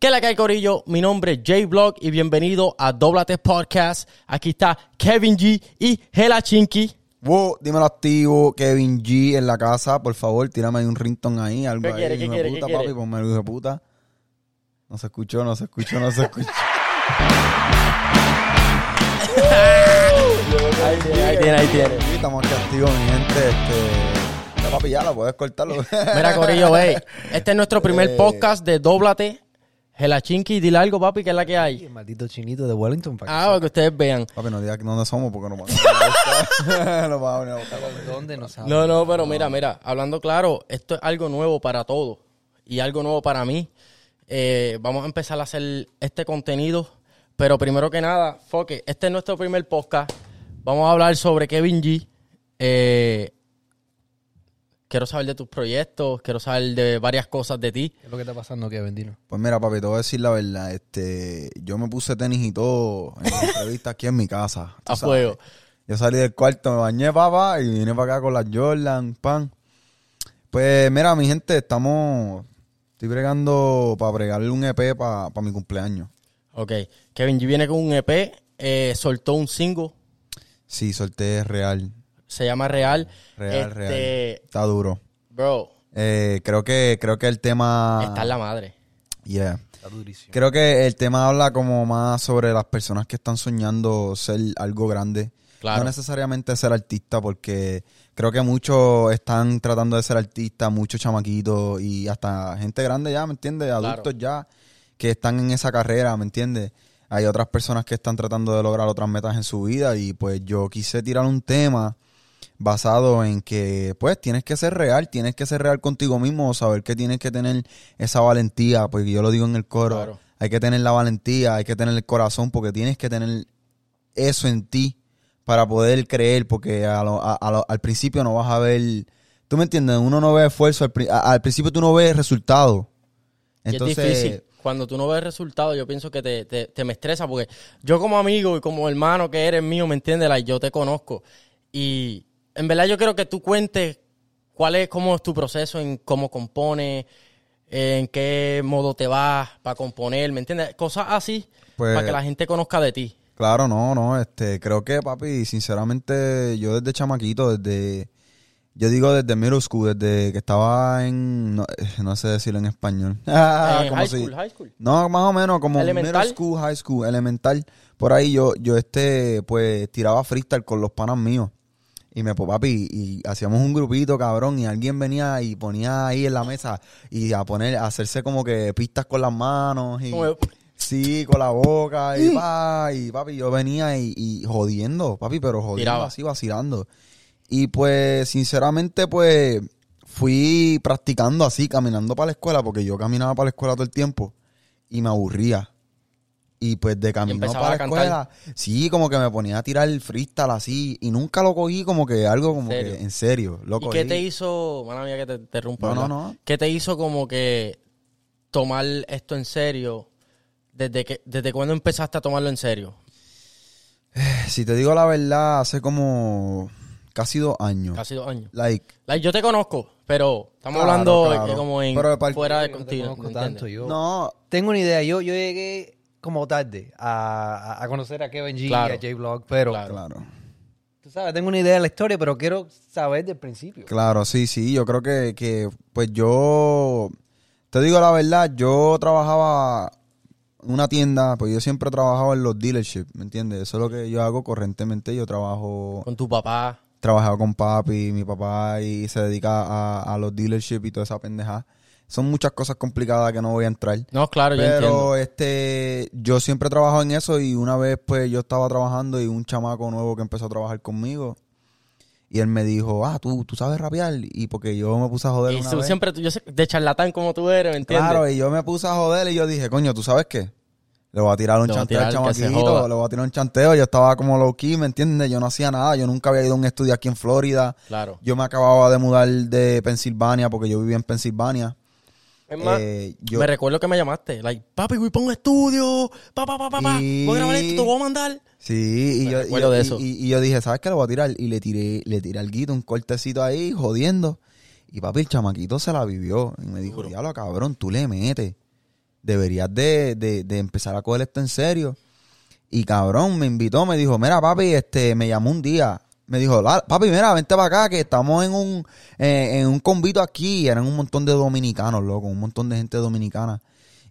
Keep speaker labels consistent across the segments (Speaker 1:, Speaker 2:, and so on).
Speaker 1: ¿Qué la que hay, Corillo? Mi nombre es Jay Blog y bienvenido a Doblate Podcast. Aquí está Kevin G y Hela Chinky.
Speaker 2: Wow, dímelo activo, Kevin G en la casa, por favor, tírame ahí un rington ahí, algo
Speaker 1: ¿Qué
Speaker 2: ahí,
Speaker 1: quiere, qué
Speaker 2: hijo de
Speaker 1: quiere, qué
Speaker 2: puta,
Speaker 1: quiere?
Speaker 2: papi, ponme el hijo de puta. No se escuchó, no se escuchó, no se escuchó.
Speaker 1: Ahí tiene, ahí tiene, ahí tiene.
Speaker 2: Sí, Estamos aquí activos, mi gente, este... Ya, papi, ya, la puedes cortarlo.
Speaker 1: Mira, Corillo, wey. Este es nuestro primer
Speaker 2: Eh.
Speaker 1: podcast de Doblate. Hela Chinky, dile algo, papi, que es la que hay.
Speaker 3: El maldito chinito de Wellington. para
Speaker 1: Ah, para que ustedes vean.
Speaker 2: papi, no digas dónde somos porque nos van a Nos van a venir a buscar, papi.
Speaker 3: que- ¿Dónde no
Speaker 2: Ah,
Speaker 3: sabe?
Speaker 1: No, no, pero mira, mira, hablando claro, esto es algo nuevo para todos y algo nuevo para mí. Eh, vamos a empezar a hacer este contenido, pero primero que nada, Foque, este es nuestro primer podcast. Vamos a hablar sobre Kevin G. Eh, quiero saber de tus proyectos, quiero saber de varias cosas de ti.
Speaker 3: ¿Qué es lo que está pasando, Kevin? Dino.
Speaker 2: Pues mira, papi, te voy a decir la verdad, este... Yo me puse tenis y todo en la entrevista aquí en mi casa. tú
Speaker 1: A
Speaker 2: sabes.
Speaker 1: fuego.
Speaker 2: Yo salí del cuarto, me bañé, papá, y vine para acá con las Jordan, pan. Pues mira, mi gente, estamos. Estoy bregando para bregarle un E EP para mi cumpleaños.
Speaker 1: Ok, Kevin G viene con un EP, eh, soltó un single,
Speaker 2: Sí, solté real.
Speaker 1: se llama Real.
Speaker 2: Real, real.
Speaker 1: Este,
Speaker 2: Está duro.
Speaker 1: Bro,
Speaker 2: Eh, creo que creo que el tema.
Speaker 1: está en la madre.
Speaker 2: Yeah.
Speaker 3: Está durísimo.
Speaker 2: Creo que el tema habla como más sobre las personas que están soñando ser algo grande.
Speaker 1: Claro.
Speaker 2: No necesariamente ser artista, porque creo que muchos están tratando de ser artistas, muchos chamaquitos y hasta gente grande ya, ¿me entiendes? Adultos ya que están en esa carrera, ¿me entiendes? Hay otras personas que están tratando de lograr otras metas en su vida y pues yo quise tirar un tema basado en que pues tienes que ser real, tienes que ser real contigo mismo, saber que tienes que tener esa valentía, porque yo lo digo en el coro,
Speaker 1: Claro.
Speaker 2: hay que tener la valentía, hay que tener el corazón, porque tienes que tener eso en ti para poder creer, porque a lo- a- a lo- al principio no vas a ver, tú me entiendes, uno no ve esfuerzo, al, pri- a- al principio tú no ves resultado.
Speaker 1: Y
Speaker 2: Entonces,
Speaker 1: es difícil. Cuando tú no ves resultados, yo pienso que te, te- te me estresa porque yo como amigo y como hermano que eres mío, ¿me entiendes? Like, yo te conozco. Y en verdad yo quiero que tú cuentes cuál es, cómo es tu proceso en cómo compones, en qué modo te vas para componer, ¿me entiendes? Cosas así
Speaker 2: Pues-
Speaker 1: para que la gente conozca de ti.
Speaker 2: Claro, no, no, este, creo que papi, sinceramente, yo desde chamaquito, desde, yo digo desde middle school, desde que estaba en, no, eh, no sé decirlo en español.
Speaker 1: en Eh,
Speaker 2: ¿Cómo
Speaker 1: high
Speaker 2: se-
Speaker 1: school, high school.
Speaker 2: No, más o menos como
Speaker 1: Elemental.
Speaker 2: middle school, high school, elemental. Por ahí yo, yo este, pues tiraba freestyle con los panas míos. Y me po- papi, y hacíamos un grupito, cabrón, y alguien venía y ponía ahí en la mesa y a poner, a hacerse como que pistas con las manos y
Speaker 1: Como-
Speaker 2: sí, con la boca, y pa, y papi, yo venía y, y jodiendo, papi, pero jodiendo
Speaker 1: Tiraba.
Speaker 2: así, vacilando. Y pues, sinceramente, pues, fui practicando así, caminando para la escuela, porque yo caminaba para la escuela todo el tiempo y me aburría. Y pues de camino
Speaker 1: empezaba
Speaker 2: para
Speaker 1: a
Speaker 2: la
Speaker 1: cantar.
Speaker 2: escuela, sí, como que me ponía a tirar el freestyle así, y nunca lo cogí como que algo como
Speaker 1: Serio.
Speaker 2: que en serio, lo
Speaker 1: ¿Y
Speaker 2: cogí.
Speaker 1: qué te hizo, mala mía que te interrumpa,
Speaker 2: No, no,
Speaker 1: ¿verdad?
Speaker 2: no.
Speaker 1: ¿Qué te hizo como que tomar esto en serio? ¿Desde, que, desde cuándo empezaste a tomarlo en serio?
Speaker 2: Si te digo la verdad, hace como casi dos años.
Speaker 1: Casi dos años.
Speaker 2: Like,
Speaker 1: Like, yo te conozco, pero estamos
Speaker 2: Claro,
Speaker 1: hablando de
Speaker 2: claro.
Speaker 1: que como en
Speaker 2: Pero de parte-
Speaker 1: fuera de
Speaker 3: Yo no te
Speaker 1: continuo,
Speaker 3: conozco
Speaker 1: ¿me
Speaker 3: tanto.
Speaker 1: entiendes?
Speaker 3: Yo
Speaker 2: no,
Speaker 3: tengo una idea. Yo, yo llegué como tarde a, a- a conocer a Kevin G
Speaker 1: Claro.
Speaker 3: y a J-Blog, pero
Speaker 1: Claro.
Speaker 2: claro.
Speaker 3: tú sabes, tengo una idea de la historia, pero quiero saber del principio.
Speaker 2: Claro, sí, sí. Yo creo que, que, pues yo, te digo la verdad, yo trabajaba en una tienda, pues yo siempre trabajaba en los dealerships, ¿me entiendes? Eso es lo que yo hago correntemente. Yo trabajo,
Speaker 1: Con tu papá.
Speaker 2: trabajaba con papi, mi papá, y se dedica a, a los dealerships y toda esa pendeja. Son muchas cosas complicadas que no voy a entrar.
Speaker 1: No, claro, yo entiendo.
Speaker 2: Pero este, yo siempre he trabajado en eso y una vez pues yo estaba trabajando y un chamaco nuevo que empezó a trabajar conmigo y él me dijo, ah, tú, tú sabes rapear y porque yo me puse a joder
Speaker 1: Y
Speaker 2: una
Speaker 1: tú
Speaker 2: vez.
Speaker 1: siempre, tú- yo sé- de charlatán como tú eres, ¿me entiendes?
Speaker 2: Claro, y yo me puse a joder y yo dije, coño, ¿tú sabes qué? Le voy a tirar un
Speaker 1: Le voy a
Speaker 2: chanteo al
Speaker 1: tirar que se
Speaker 2: chamaquito,
Speaker 1: joda.
Speaker 2: le voy a tirar un chanteo. Yo estaba como low key, ¿me entiendes? Yo no hacía nada, yo nunca había ido a un estudio aquí en Florida.
Speaker 1: Claro.
Speaker 2: Yo me acababa de mudar de Pensilvania porque yo vivía en Pensilvania.
Speaker 1: Es más,
Speaker 2: Eh, yo-
Speaker 1: me recuerdo que me llamaste. Like, papi, voy para un estudio. Papá, papá, papá.
Speaker 2: Y-
Speaker 1: Voy a grabar esto, te voy a mandar.
Speaker 2: Sí, y
Speaker 1: Me
Speaker 2: yo, y,
Speaker 1: recuerdo
Speaker 2: yo-
Speaker 1: de
Speaker 2: y-
Speaker 1: eso.
Speaker 2: y- y yo dije, ¿sabes qué? Lo voy a tirar. Y le tiré, le tiré al guito un cortecito ahí, jodiendo. Y papi, el chamaquito se la vivió. Y me dijo, diablo, cabrón, tú le metes. deberías de, de- de empezar a coger esto en serio. Y cabrón, me invitó, me dijo, mira papi, este, me llamó un día. Me dijo, "La- papi, mira, vente para acá que estamos en un, eh, en un convito aquí. Eran un montón de dominicanos, loco, un montón de gente dominicana.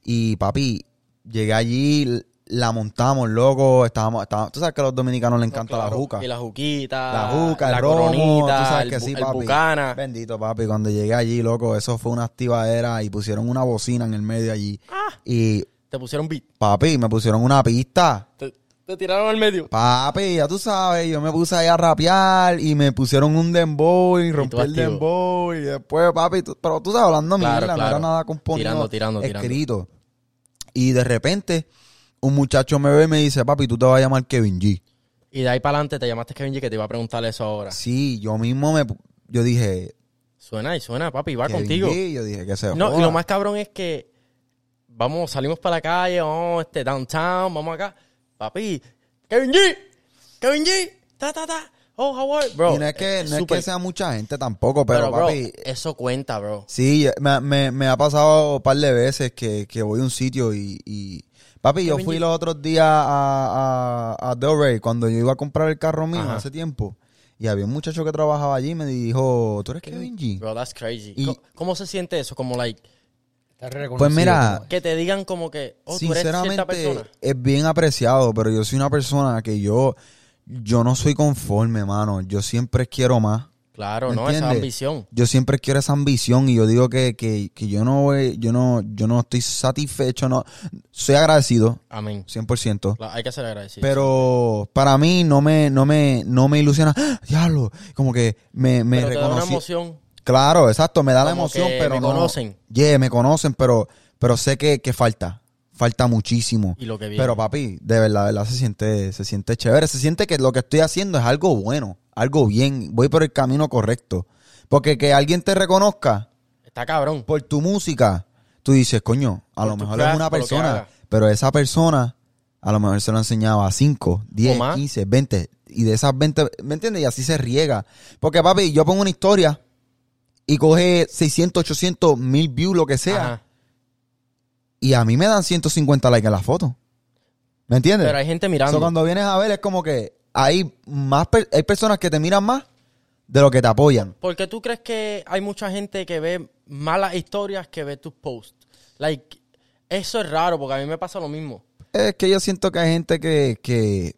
Speaker 2: Y papi, llegué allí, la montamos, loco, estábamos, estábamos- tú sabes que a los dominicanos les encanta la
Speaker 1: Claro,
Speaker 2: juca.
Speaker 1: Y la juquita.
Speaker 2: La juca, el
Speaker 1: la
Speaker 2: romo, tú
Speaker 1: coronita,
Speaker 2: sabes
Speaker 1: el,
Speaker 2: que
Speaker 1: bu-
Speaker 2: sí,
Speaker 1: el
Speaker 2: papi.
Speaker 1: bucana.
Speaker 2: Bendito, papi, cuando llegué allí, loco, eso fue una activadera y pusieron una bocina en el medio allí. Y,
Speaker 1: Te pusieron beat.
Speaker 2: papi, me pusieron una pista.
Speaker 1: Te, te tiraron al medio.
Speaker 2: Papi, ya tú sabes, yo me puse ahí a rapear y me pusieron un dembow y rompí el
Speaker 1: activo.
Speaker 2: dembow y después, papi, tú- pero tú sabes, hablando
Speaker 1: Claro,
Speaker 2: mierda, no
Speaker 1: claro.
Speaker 2: era nada componido,
Speaker 1: Tirando, tirando, tirando.
Speaker 2: escrito. Y de repente, un muchacho me ve y me dice, papi, tú te vas a llamar Kevin G.
Speaker 1: Y de ahí para adelante te llamaste Kevin G que te iba a preguntar eso ahora.
Speaker 2: Sí, yo mismo me, pu- yo dije,
Speaker 1: Suena y suena, papi, va
Speaker 2: Kevin
Speaker 1: contigo.
Speaker 2: G, yo dije que se
Speaker 1: No, y
Speaker 2: joda.
Speaker 1: lo más cabrón es que vamos, salimos para la calle, vamos este downtown, vamos acá. Papi, Kevin G, Kevin G, ta ta ta. Oh, how are you? bro?
Speaker 2: y no es que,
Speaker 1: eh,
Speaker 2: no es
Speaker 1: súper.
Speaker 2: que sea mucha gente tampoco, pero,
Speaker 1: pero, bro,
Speaker 2: papi,
Speaker 1: eso cuenta, bro.
Speaker 2: sí, me, me- me ha pasado un par de veces que, que voy a un sitio y, y- papi, yo
Speaker 1: Kevin
Speaker 2: fui
Speaker 1: G.
Speaker 2: los otros días a, a, a Delray cuando yo iba a comprar el carro mío
Speaker 1: Ajá.
Speaker 2: hace tiempo y había un muchacho que trabajaba allí y me dijo, ¿tú eres Kevin G?
Speaker 1: Bro, that's crazy.
Speaker 2: Y-
Speaker 1: Co- ¿Cómo se siente eso? Como like
Speaker 3: Está reconocido
Speaker 2: Pues mira,
Speaker 3: como-
Speaker 1: que te digan como que, oh, tú eres cierta
Speaker 2: Sinceramente,
Speaker 1: persona.
Speaker 2: es bien apreciado, pero yo soy una persona que yo, yo no soy conforme, mano. Yo siempre quiero más.
Speaker 1: Claro,
Speaker 2: ¿Me
Speaker 1: no, esa
Speaker 2: entiendes?
Speaker 1: ambición.
Speaker 2: Yo siempre quiero esa ambición y yo digo que, que- que yo no voy- yo no, yo no estoy satisfecho, no, soy agradecido,
Speaker 1: Amén.
Speaker 2: 100%.
Speaker 1: La- hay que ser agradecido.
Speaker 2: Pero para mí no me, no me, no me ilusiona. ¡Ah! Diablo, como que me, me
Speaker 1: Pero te da una
Speaker 2: reconocí.
Speaker 1: emoción.
Speaker 2: Claro, exacto, me da la
Speaker 1: Como
Speaker 2: emoción,
Speaker 1: que
Speaker 2: pero
Speaker 1: me
Speaker 2: no.
Speaker 1: conocen.
Speaker 2: Yeah, me conocen, pero, pero sé que, que falta. Falta muchísimo.
Speaker 1: Y lo que viene.
Speaker 2: Pero papi, de verdad, de verdad se siente, se siente chévere. Se siente que lo que estoy haciendo es algo bueno, algo bien. Voy por el camino correcto. Porque que alguien te reconozca
Speaker 1: Está cabrón.
Speaker 2: por tu música, tú dices, coño, a
Speaker 1: Por
Speaker 2: lo
Speaker 1: tu
Speaker 2: mejor
Speaker 1: craft,
Speaker 2: es una
Speaker 1: por lo que
Speaker 2: persona,
Speaker 1: haga.
Speaker 2: pero esa persona a lo mejor se lo enseñaba a 5, 10,
Speaker 1: más.
Speaker 2: 15, 20. Y de esas 20, ¿me entiendes? Y así se riega. Porque papi, yo pongo una historia y coge 600, 800, 1000 views, lo que sea.
Speaker 1: Ajá.
Speaker 2: Y a mí me dan 150 likes a la foto. ¿Me entiendes?
Speaker 1: Pero hay gente
Speaker 2: So,
Speaker 1: mirando.
Speaker 2: cuando vienes a ver es como que hay más per- hay personas que te miran más de lo que te apoyan.
Speaker 1: ¿Por qué tú crees que hay mucha gente que ve malas historias que ve tus posts? Like, eso es raro porque a mí me pasa lo mismo.
Speaker 2: Es que yo siento que hay gente que, que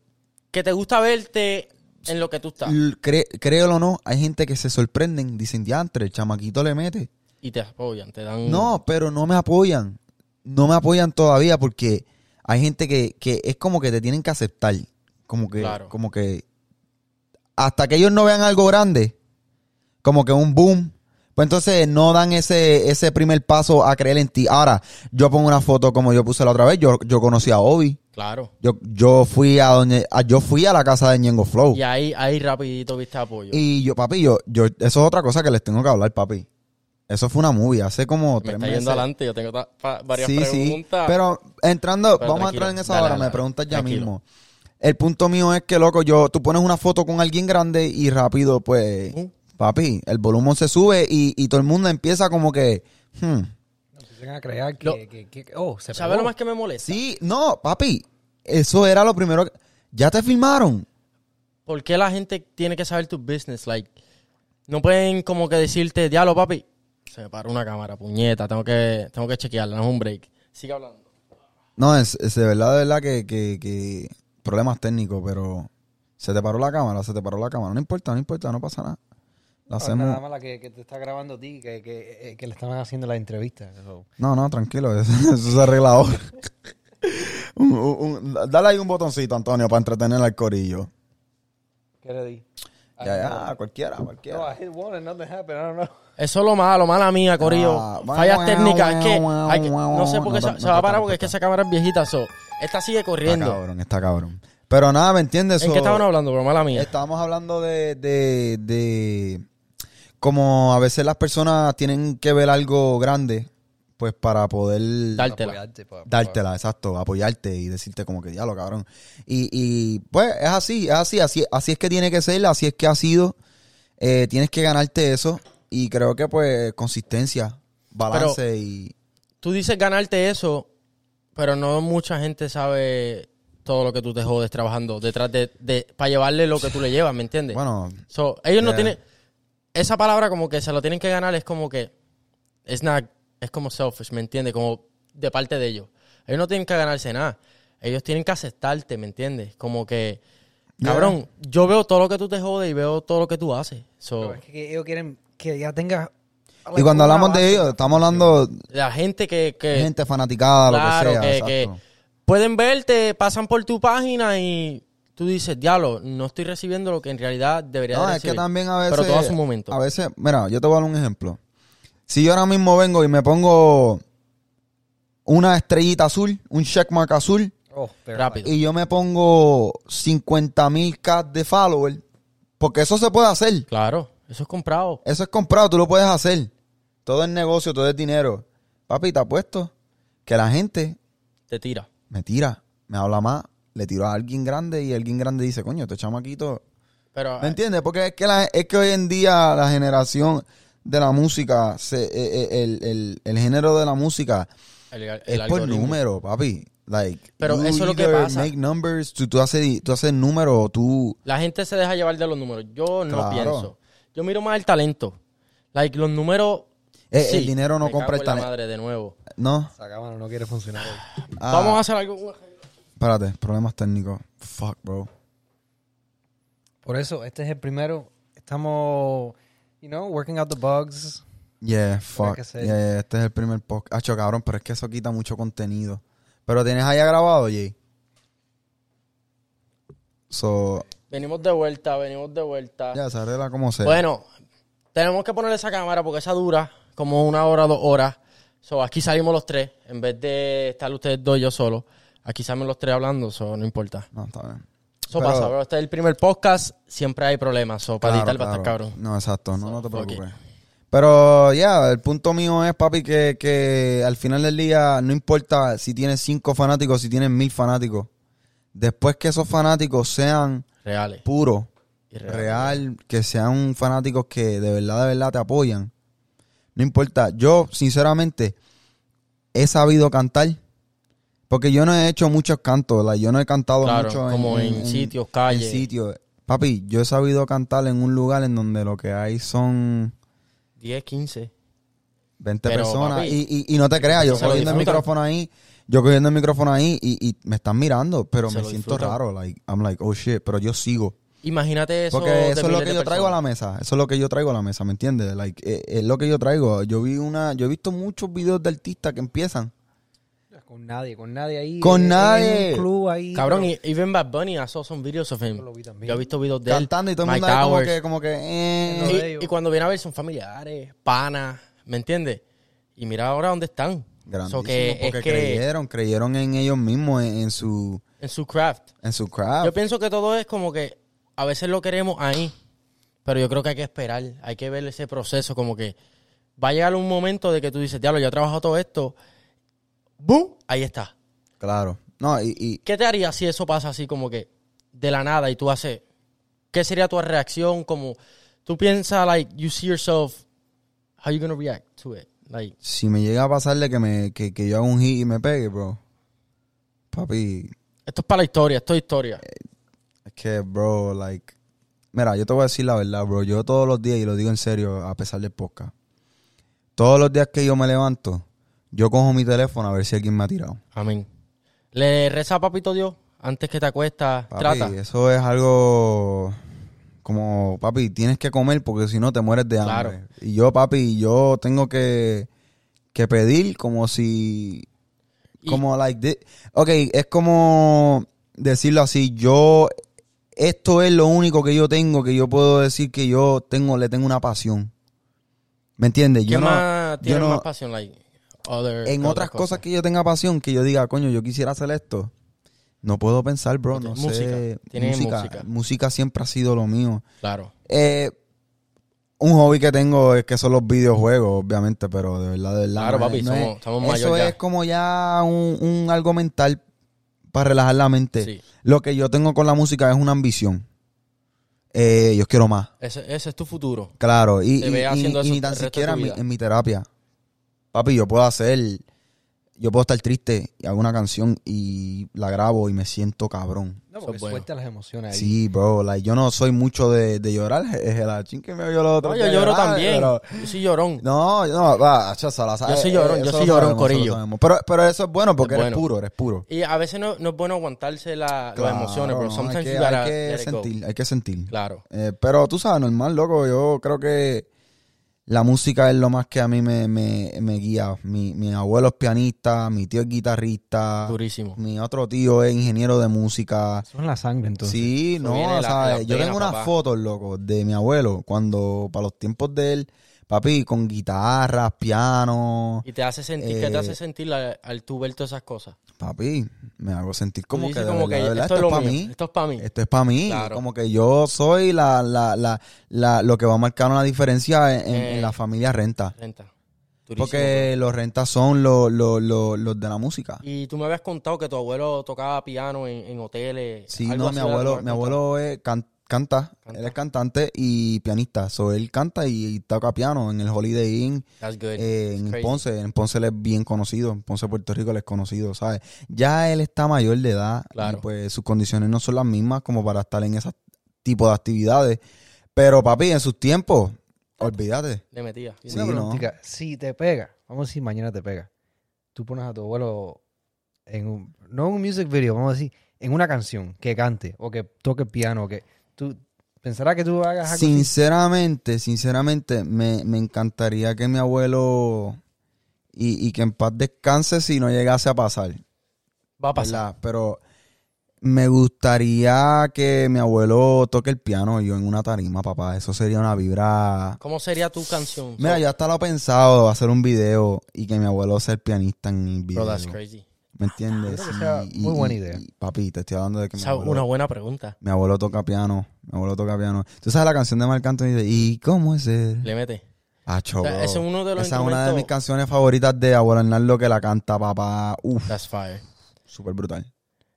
Speaker 1: Que te gusta verte en lo que tú estás.
Speaker 2: l- cre- créelo o no, hay gente que se sorprenden, dicen, diantre, el chamaquito le mete.
Speaker 1: Y te apoyan, te dan...
Speaker 2: No, pero no me apoyan. No me apoyan todavía porque hay gente que, que es como que te tienen que aceptar. Como que,
Speaker 1: Claro.
Speaker 2: como que hasta que ellos no vean algo grande, como que un boom, pues entonces no dan ese, ese primer paso a creer en ti. Ahora, yo pongo una foto como yo puse la otra vez, yo, yo conocí a Obi.
Speaker 1: Claro.
Speaker 2: Yo, yo fui a donde, a- yo fui a la casa de Ñengo Flow.
Speaker 1: Y ahí, ahí rapidito viste apoyo.
Speaker 2: Oh. Y yo, papi, yo, yo, eso es otra cosa que les tengo que hablar, papi. Eso fue una movie hace como
Speaker 1: me
Speaker 2: tres
Speaker 1: está
Speaker 2: meses.
Speaker 1: yendo adelante, yo tengo ta- pa- varias
Speaker 2: Sí, sí.
Speaker 1: preguntas.
Speaker 2: Pero entrando,
Speaker 1: Pero tranquilo,
Speaker 2: vamos a entrar en esa
Speaker 1: dale,
Speaker 2: hora,
Speaker 1: dale,
Speaker 2: me preguntas ya
Speaker 1: tranquilo.
Speaker 2: mismo. El punto mío es que, loco, yo, tú pones una foto con alguien grande y rápido, pues,
Speaker 1: Ujú.
Speaker 2: papi, el volumen se sube y, y todo el mundo empieza como que, hmm,
Speaker 3: Empiezan a creer que,
Speaker 1: Lo-
Speaker 3: que- que- que- oh, se
Speaker 1: ¿Sabes lo
Speaker 3: pegó.
Speaker 1: más que me molesta?
Speaker 2: sí, no, papi, eso era lo primero que, ya te filmaron.
Speaker 1: ¿Por qué la gente tiene que saber tu business? Like, no pueden como que decirte, diablo, papi, se me paró una cámara, puñeta, tengo que, tengo que chequearla, no es un break. Sigue hablando.
Speaker 2: No, es, es de verdad, de verdad que, que- que problemas técnicos, pero se te paró la cámara, se te paró la cámara, no importa, no importa, no pasa nada.
Speaker 1: Ah,
Speaker 2: Lo
Speaker 3: Ahora Ah, Nada
Speaker 2: hacemos.
Speaker 3: más la que, que te está grabando a ti, que, que- eh, que le estaban haciendo la entrevista. so.
Speaker 2: No, no, tranquilo, eso, eso se arregla ahora. Un- un- un- dale ahí un botoncito, Antonio, para entretener al corillo.
Speaker 3: ¿Qué le di?
Speaker 2: Ya, ya, cualquiera,
Speaker 3: No, Oh, I
Speaker 2: cualquiera.
Speaker 3: hit one and nothing happened. I don't know.
Speaker 1: Eso es lo malo, mala mía, Corillo.
Speaker 2: Ah,
Speaker 1: Fallas
Speaker 2: guau,
Speaker 1: técnicas,
Speaker 2: guau,
Speaker 1: es que,
Speaker 2: guau,
Speaker 1: hay que-
Speaker 2: guau,
Speaker 1: no sé por
Speaker 2: no
Speaker 1: qué
Speaker 2: te-
Speaker 1: se,
Speaker 2: no
Speaker 1: se
Speaker 2: te
Speaker 1: va a parar
Speaker 2: tapo,
Speaker 1: porque es que
Speaker 2: está.
Speaker 1: esa cámara es viejita. so, Esta sigue
Speaker 2: Está
Speaker 1: corriendo.
Speaker 2: cabrón, está cabrón. Pero nada, ¿me entiendes?
Speaker 1: ¿En
Speaker 2: So,
Speaker 1: qué estaban hablando, bro? Mala mía.
Speaker 2: Estábamos hablando de, de, de como a veces las personas tienen que ver algo grande, pues para poder
Speaker 1: Dar- Dártela.
Speaker 3: Apoyarte, pa- pa-
Speaker 2: dártela, exacto, apoyarte y decirte como que diablo, cabrón. Y, y, pues es así, es así, así, así es que tiene que ser, así es que ha sido. Eh, tienes que ganarte eso y creo que pues consistencia, balance y...
Speaker 1: Tú dices ganarte eso Pero no mucha gente sabe todo lo que tú te jodes trabajando detrás de, de para llevarle lo que tú le llevas, ¿me entiendes?
Speaker 2: Bueno,
Speaker 1: So, ellos no
Speaker 2: Yeah.
Speaker 1: tienen. Esa palabra como que se lo tienen que ganar es como que. Es nada. Es como selfish, ¿me entiendes? Como de parte de ellos. Ellos no tienen que ganarse nada. Ellos tienen que aceptarte, ¿me entiendes? Como que.
Speaker 2: Yeah.
Speaker 1: Cabrón, yo veo todo lo que tú te jodes y veo todo lo que tú haces. So,
Speaker 3: Pero es que ellos quieren que ya tengas.
Speaker 2: y cuando hablamos de ellos, estamos hablando de
Speaker 1: la gente que. que
Speaker 2: gente fanaticada,
Speaker 1: Eh, claro,
Speaker 2: lo que sea.
Speaker 1: que, que
Speaker 2: exacto.
Speaker 1: pueden verte, pasan por tu página y tú dices, diablo, no estoy recibiendo lo que en realidad debería
Speaker 2: No,
Speaker 1: de
Speaker 2: es que
Speaker 1: recibir".
Speaker 2: también a veces.
Speaker 1: Pero todo a su momento.
Speaker 2: A veces, mira, yo te voy a dar un ejemplo. Si yo ahora mismo vengo y me pongo una estrellita azul, un checkmark azul,
Speaker 3: Oh, pero-
Speaker 1: Rápido.
Speaker 2: y yo me pongo 50 mil K de follower, porque eso se puede hacer.
Speaker 1: Claro, eso es comprado.
Speaker 2: Eso es comprado, tú lo puedes hacer. Todo es negocio, todo es dinero. Papi, te apuesto que la gente
Speaker 1: Te tira.
Speaker 2: me tira, me habla más, le tiro a alguien grande y alguien grande dice, coño, este chamaquito
Speaker 1: Pero
Speaker 2: ¿Me entiendes? Porque es que, la- es que hoy en día la generación de la música, se- eh, eh, el, el- el género de la música
Speaker 1: El- el
Speaker 2: es por
Speaker 1: algoritmo.
Speaker 2: número, papi. Like,
Speaker 1: Pero
Speaker 2: you
Speaker 1: eso es lo que
Speaker 2: either
Speaker 1: pasa.
Speaker 2: Make numbers, tú, tú haces, tú haces números, tú...
Speaker 1: La gente se deja llevar de los números. Yo no
Speaker 2: Claro.
Speaker 1: pienso. Yo miro más el talento. Like, los números.
Speaker 2: Eh, el dinero no
Speaker 1: me
Speaker 2: compra
Speaker 1: cago
Speaker 2: el
Speaker 1: en
Speaker 2: talento.
Speaker 1: la madre de nuevo.
Speaker 2: No,
Speaker 3: Saca mano, no quiere funcionar hoy.
Speaker 2: Ah,
Speaker 1: Vamos a hacer algo.
Speaker 2: espérate, problemas técnicos. Fuck, bro.
Speaker 3: Por eso, este es el primero. Estamos, you know, working out the bugs.
Speaker 2: Yeah, fuck.
Speaker 3: que ser.
Speaker 2: Yeah, yeah, este es el primer podcast. Hacho, cabrón, pero es que eso quita mucho contenido. Pero tienes allá grabado, Jay. So,
Speaker 1: Venimos de vuelta, venimos de vuelta.
Speaker 2: ya, se arregla como sea.
Speaker 1: Ah. Bueno, tenemos que poner esa cámara porque esa dura como una hora, dos horas. So, aquí salimos los tres. En vez de estar ustedes dos, yo solo. Aquí salimos los tres hablando, so, no importa.
Speaker 2: No, está bien.
Speaker 1: Eso
Speaker 2: Pero-
Speaker 1: pasa, bro. Este es el primer podcast. Siempre hay problemas. So, para
Speaker 2: Claro,
Speaker 1: editar va a estar
Speaker 2: claro.
Speaker 1: cabrón.
Speaker 2: No, exacto, no, no te
Speaker 1: fuck it.
Speaker 2: preocupes. Pero ya, el punto mío es, papi, que, que al final del día no importa si tienes cinco fanáticos, si tienes mil fanáticos. Después que esos fanáticos sean
Speaker 1: Reales.
Speaker 2: puros,
Speaker 1: y reales.
Speaker 2: real, que sean fanáticos que de verdad, de verdad te apoyan. No importa. Yo, sinceramente, he sabido cantar. Porque yo no he hecho muchos cantos. like, yo no he cantado
Speaker 1: Claro,
Speaker 2: mucho
Speaker 1: como en sitios, calles.
Speaker 2: En sitios. Papi, yo he sabido cantar en un lugar en donde lo que hay son
Speaker 1: 10, 15.
Speaker 2: 20
Speaker 1: Pero,
Speaker 2: personas.
Speaker 1: papi,
Speaker 2: y, y- y no te creas, yo
Speaker 1: se lo
Speaker 2: cogiendo el
Speaker 1: disfrutan.
Speaker 2: micrófono ahí. Yo cogiendo el micrófono ahí y, y me están mirando, pero
Speaker 1: Se
Speaker 2: me
Speaker 1: lo
Speaker 2: siento
Speaker 1: disfrutan.
Speaker 2: raro. Like, I'm like, oh shit, pero yo sigo.
Speaker 1: Imagínate eso.
Speaker 2: Porque eso
Speaker 1: de
Speaker 2: es lo
Speaker 1: miles
Speaker 2: que
Speaker 1: de
Speaker 2: yo traigo a
Speaker 1: personas.
Speaker 2: la mesa. Eso es lo que yo traigo a la mesa, ¿me entiendes? Like, eh, es, lo que yo traigo. Yo vi una, yo he visto muchos videos de artistas que empiezan.
Speaker 3: Con nadie, con nadie ahí.
Speaker 2: Con
Speaker 3: en- en
Speaker 2: nadie.
Speaker 3: un club ahí.
Speaker 1: Cabrón, y even Bad Bunny, I saw some videos of him.
Speaker 3: Yo lo vi también.
Speaker 1: Yo he visto videos de él.
Speaker 2: cantando y todo el
Speaker 1: Mike
Speaker 2: mundo ahí como
Speaker 1: Towers.
Speaker 2: que, como que, eh.
Speaker 3: No. de
Speaker 1: Y-
Speaker 3: ellos.
Speaker 1: y, cuando viene a ver son familiares, panas, ¿me entiendes? Y mira ahora dónde están.
Speaker 2: Grandísimo,
Speaker 1: So que
Speaker 2: porque
Speaker 1: es que
Speaker 2: creyeron, creyeron en ellos mismos, en, en su,
Speaker 1: en su craft.
Speaker 2: en su craft.
Speaker 1: Yo pienso que todo es como que a veces lo queremos ahí, pero yo creo que hay que esperar, hay que ver ese proceso, como que va a llegar un momento de que tú dices, diablo, yo he trabajado todo esto, ¡boom! Ahí está.
Speaker 2: Claro. No, y, y
Speaker 1: ¿Qué te haría si eso pasa así como que de la nada y tú haces? ¿Qué sería tu reacción? Como tú piensas, like, you see yourself, how you gonna react to it? Like,
Speaker 2: si me llega a pasarle que me, que, que yo haga un hit y me pegue, bro. Papi,
Speaker 1: esto es para la historia, esto es historia.
Speaker 2: Eh. Es que, bro, like. Mira, yo te voy a decir la verdad, bro. Yo todos los días, y lo digo en serio, a pesar del podcast. Todos los días que yo me levanto, yo cojo mi teléfono a ver si alguien me ha tirado.
Speaker 1: Amén. Le reza a papito Dios antes que te acuestas,
Speaker 2: Papi, eh,
Speaker 1: trata.
Speaker 2: eso es algo. Como, papi, tienes que comer porque si no te mueres de hambre.
Speaker 1: Claro.
Speaker 2: Y yo, papi, yo tengo que, que pedir como si
Speaker 1: Y-
Speaker 2: Como, like, de- ok, es como decirlo así, yo, esto es lo único que yo tengo, que yo puedo decir que yo tengo, le tengo una pasión. ¿Me entiendes?
Speaker 1: ¿Qué
Speaker 2: Yo no,
Speaker 1: más
Speaker 2: yo
Speaker 1: tiene
Speaker 2: no-
Speaker 1: más pasión? Like, other-
Speaker 2: en otras cosas que yo tenga pasión, que yo diga, coño, yo quisiera hacer esto, no puedo pensar, bro,
Speaker 1: Ok,
Speaker 2: no sé.
Speaker 1: música. Tiene música.
Speaker 2: Música siempre ha sido lo mío.
Speaker 1: Claro.
Speaker 2: Eh, un hobby que tengo es que son los videojuegos, obviamente, pero de verdad, de verdad.
Speaker 1: Claro,
Speaker 2: no es-
Speaker 1: papi,
Speaker 2: no
Speaker 1: somos-
Speaker 2: es-
Speaker 1: estamos
Speaker 2: Eso
Speaker 1: mayor ya.
Speaker 2: es como ya un, un algo mental para relajar la mente.
Speaker 1: Sí.
Speaker 2: Lo que yo tengo con la música es una ambición. Eh, yo quiero más,
Speaker 1: Ese, ese es tu futuro.
Speaker 2: claro. Y,
Speaker 1: Te
Speaker 2: y-
Speaker 1: ve
Speaker 2: y-
Speaker 1: haciendo
Speaker 2: y
Speaker 1: eso
Speaker 2: ni tan
Speaker 1: el resto de
Speaker 2: siquiera
Speaker 1: tu
Speaker 2: en mi,
Speaker 1: vida.
Speaker 2: en mi terapia. Papi, yo puedo hacer yo puedo estar triste y hago una canción y la grabo y me siento cabrón.
Speaker 3: No, porque
Speaker 1: es bueno.
Speaker 3: suelta las emociones ahí.
Speaker 2: Sí, bro, like, yo no soy mucho de, de llorar. Es el achín que me lloró otro
Speaker 1: No, yo
Speaker 2: día
Speaker 1: lloro
Speaker 2: llorar,
Speaker 1: también.
Speaker 2: pero-
Speaker 1: Yo soy llorón.
Speaker 2: No, no, va, hacho, Salazar,
Speaker 1: Yo soy
Speaker 2: eh,
Speaker 1: llorón,
Speaker 2: eso
Speaker 1: yo
Speaker 2: lo
Speaker 1: soy llorón,
Speaker 2: sabemos, eso lo
Speaker 1: corillo.
Speaker 2: sabemos. Pero, pero eso es bueno porque
Speaker 1: Es
Speaker 2: eres
Speaker 1: bueno.
Speaker 2: puro, eres puro.
Speaker 1: Y a veces no, no es bueno aguantarse la-
Speaker 2: Claro,
Speaker 1: las emociones, pero
Speaker 2: no,
Speaker 1: sometimes
Speaker 2: hay que,
Speaker 1: you gotta
Speaker 2: hay que
Speaker 1: let it go.
Speaker 2: sentir, hay que sentir.
Speaker 1: Claro.
Speaker 2: Eh, pero tú sabes, normal, loco, yo creo que la música es lo más que a mí me, me, me guía. Mi, mi abuelo es pianista, mi tío es guitarrista,
Speaker 1: Durísimo.
Speaker 2: mi otro tío es ingeniero de música.
Speaker 3: Son la sangre, entonces.
Speaker 2: sí, no,
Speaker 1: viene
Speaker 2: o
Speaker 1: la-
Speaker 2: sea,
Speaker 1: la
Speaker 2: yo
Speaker 1: pena,
Speaker 2: tengo unas
Speaker 1: papá.
Speaker 2: fotos, loco, de mi abuelo, cuando para los tiempos de él, papi, con guitarras, piano,
Speaker 1: Y te hace sentir, ¿qué
Speaker 2: Eh,
Speaker 1: te hace sentir la- al tú ver todas esas cosas? Tú
Speaker 2: papi, me hago sentir como que,
Speaker 1: dices
Speaker 2: de verdad, de verdad,
Speaker 1: esto es lo
Speaker 2: pa'
Speaker 1: mío,
Speaker 2: mí.
Speaker 1: esto es para mí.
Speaker 2: Esto es para mí.
Speaker 1: Claro.
Speaker 2: Como que yo soy la, la, la, la- lo que va a marcar una diferencia en, en-
Speaker 1: Eh.
Speaker 2: en la familia renta.
Speaker 1: Renta. Durísimo,
Speaker 2: Porque los rentas son los, los, los, los de la música.
Speaker 1: bro. Y tú me habías contado que tu abuelo tocaba piano en, en hoteles.
Speaker 2: Sí,
Speaker 1: algo
Speaker 2: no,
Speaker 1: así
Speaker 2: mi
Speaker 1: era lo
Speaker 2: abuelo,
Speaker 1: que
Speaker 2: mi
Speaker 1: me habías
Speaker 2: abuelo es can- canta,
Speaker 1: Canta.
Speaker 2: Él es cantante y pianista. So, él canta y, y toca piano en el Holiday Inn.
Speaker 1: contado. That's good.
Speaker 2: eh,
Speaker 1: It's
Speaker 2: en
Speaker 1: crazy.
Speaker 2: Ponce, en Ponce él es bien conocido, en Ponce Puerto Rico él es conocido, ¿sabes? Ya él está mayor de edad,
Speaker 1: Claro.
Speaker 2: y pues sus condiciones no son las mismas como para estar en ese tipo de actividades, pero papi, en sus tiempos, olvídate.
Speaker 1: Le metía.
Speaker 3: Y una
Speaker 2: Sí, no.
Speaker 3: preguntica, si te pega, vamos a decir mañana te pega, tú pones a tu abuelo en un, no en un music video, vamos a decir, en una canción que cante o que toque piano, o que tú pensarás que tú hagas algo así?
Speaker 2: Sinceramente, sinceramente, me, me encantaría que mi abuelo y, y que en paz descanse si no llegase a pasar.
Speaker 1: Va a pasar.
Speaker 2: ¿verdad? Pero me gustaría que mi abuelo toque el piano yo en una tarima, papá. Eso sería una vibra.
Speaker 1: ¿Cómo sería tu canción?
Speaker 2: Mira, yo hasta lo he pensado hacer un video y que mi abuelo sea el pianista en el video.
Speaker 1: Bro, that's crazy. Ah,
Speaker 2: ¿Me entiendes?
Speaker 3: Creo que sea
Speaker 2: Y- y-
Speaker 3: muy buena
Speaker 2: y-
Speaker 3: idea.
Speaker 2: y, papi, te estoy hablando de que mi
Speaker 1: Esa es
Speaker 2: abuelo,
Speaker 1: una buena pregunta.
Speaker 2: mi abuelo toca piano. Mi abuelo toca piano. Tú sabes la canción de Marc Anthony de ¿Y cómo es él?
Speaker 1: Le mete. O
Speaker 2: Acho,
Speaker 1: sea,
Speaker 2: bro.
Speaker 1: ese es uno de los
Speaker 2: Esa es una de mis
Speaker 1: instrumentos-
Speaker 2: canciones favoritas de Abuelo Arnaldo que la canta, papá. Uf,
Speaker 1: That's fire.
Speaker 2: súper brutal.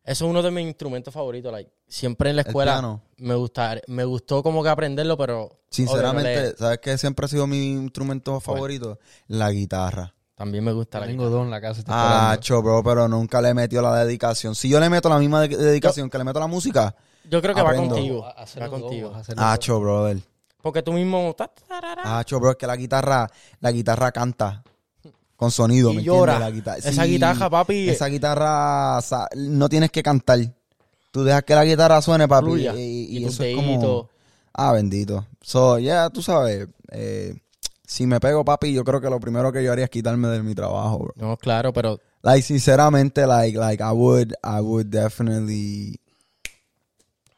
Speaker 1: Eso es uno de mis instrumentos favoritos. Like, siempre en la
Speaker 2: El
Speaker 1: escuela
Speaker 2: piano.
Speaker 1: me, gusta, me gustó como que aprenderlo, pero.
Speaker 2: Sinceramente,
Speaker 1: obvio, no le-
Speaker 2: ¿sabes qué siempre ha sido mi
Speaker 1: Pues.
Speaker 2: instrumento favorito? La guitarra.
Speaker 1: también me gusta la
Speaker 3: Tengo
Speaker 1: guitarra.
Speaker 3: dos en la casa. estoy
Speaker 2: Ah,
Speaker 3: esperando.
Speaker 2: cho, bro, pero nunca le he metido la dedicación. Si yo le meto la misma de- dedicación que le meto a la música,
Speaker 1: Yo creo que
Speaker 2: Aprendo.
Speaker 1: va contigo.
Speaker 3: A- hacer
Speaker 1: Va
Speaker 3: los dos,
Speaker 1: contigo.
Speaker 3: hacer los
Speaker 2: ah,
Speaker 3: dos.
Speaker 2: cho, brother.
Speaker 1: Porque tú mismo. ta, ta, ta, ta,
Speaker 2: Ah, cho, bro, es que la guitarra, la guitarra canta con sonido,
Speaker 1: Y
Speaker 2: ¿me
Speaker 1: llora.
Speaker 2: entiendes? La guita-
Speaker 1: Esa guitarra, papi.
Speaker 2: Esa guitarra, sa- no tienes que cantar. Tú dejas que la guitarra suene, papi,
Speaker 1: Fluya.
Speaker 2: y, y-
Speaker 1: Y
Speaker 2: y
Speaker 1: tus
Speaker 2: eso es
Speaker 1: deditos.
Speaker 2: como... Ah, bendito. So, ya, tú sabes, eh, si me pego, papi, yo creo que lo primero que yo haría es quitarme de mi trabajo, bro.
Speaker 1: No, claro, pero
Speaker 2: Like sinceramente, like like I would I would definitely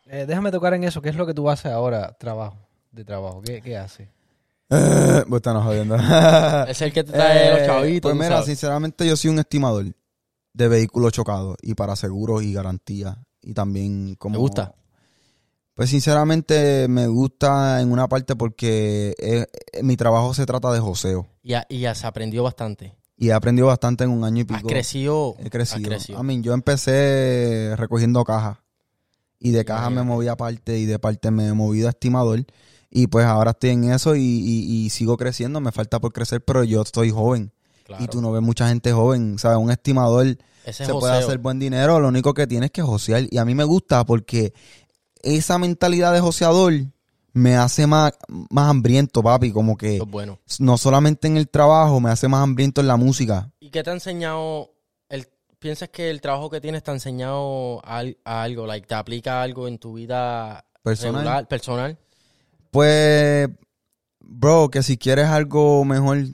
Speaker 3: Eh, déjame tocar en eso. ¿Qué es lo que tú haces ahora, trabajo, de trabajo? ¿Qué, qué haces?
Speaker 2: Vos estás jodiendo.
Speaker 1: es el que te trae
Speaker 2: Eh,
Speaker 1: los chavitos.
Speaker 2: Pues
Speaker 1: tú
Speaker 2: mira,
Speaker 1: sabes.
Speaker 2: sinceramente yo soy un estimador de vehículos chocados y para seguros y garantías y también como
Speaker 1: ¿Te gusta?
Speaker 2: Pues sinceramente me gusta en una parte porque eh, eh, mi trabajo se trata de joseo
Speaker 1: Y, ha- y has aprendido bastante.
Speaker 2: y he aprendido bastante en un año y
Speaker 1: Has
Speaker 2: pico.
Speaker 1: crecido.
Speaker 2: He crecido.
Speaker 1: Has crecido.
Speaker 2: I mean, yo empecé recogiendo cajas. Y de cajas me
Speaker 1: Imagínate.
Speaker 2: moví a parte y de parte me moví a estimador. Y pues ahora estoy en eso y, y- y sigo creciendo. Me falta por crecer, pero yo estoy joven.
Speaker 1: Claro.
Speaker 2: Y tú no ves mucha gente joven. ¿Sabes? Un estimador
Speaker 1: Ese
Speaker 2: se
Speaker 1: joseo.
Speaker 2: puede hacer buen dinero. Lo único que tienes que josear. Y a mí me gusta porque esa mentalidad de joseador me hace más, más hambriento, papi. Como que
Speaker 1: Eso es bueno.
Speaker 2: no solamente en el trabajo, me hace más hambriento en la música.
Speaker 1: ¿Y qué te ha enseñado? El, ¿Piensas que el trabajo que tienes te ha enseñado al- a, algo? Like, ¿Te aplica algo en tu vida
Speaker 2: Personal.
Speaker 1: regular, personal?
Speaker 2: Pues, bro, que si quieres algo mejor,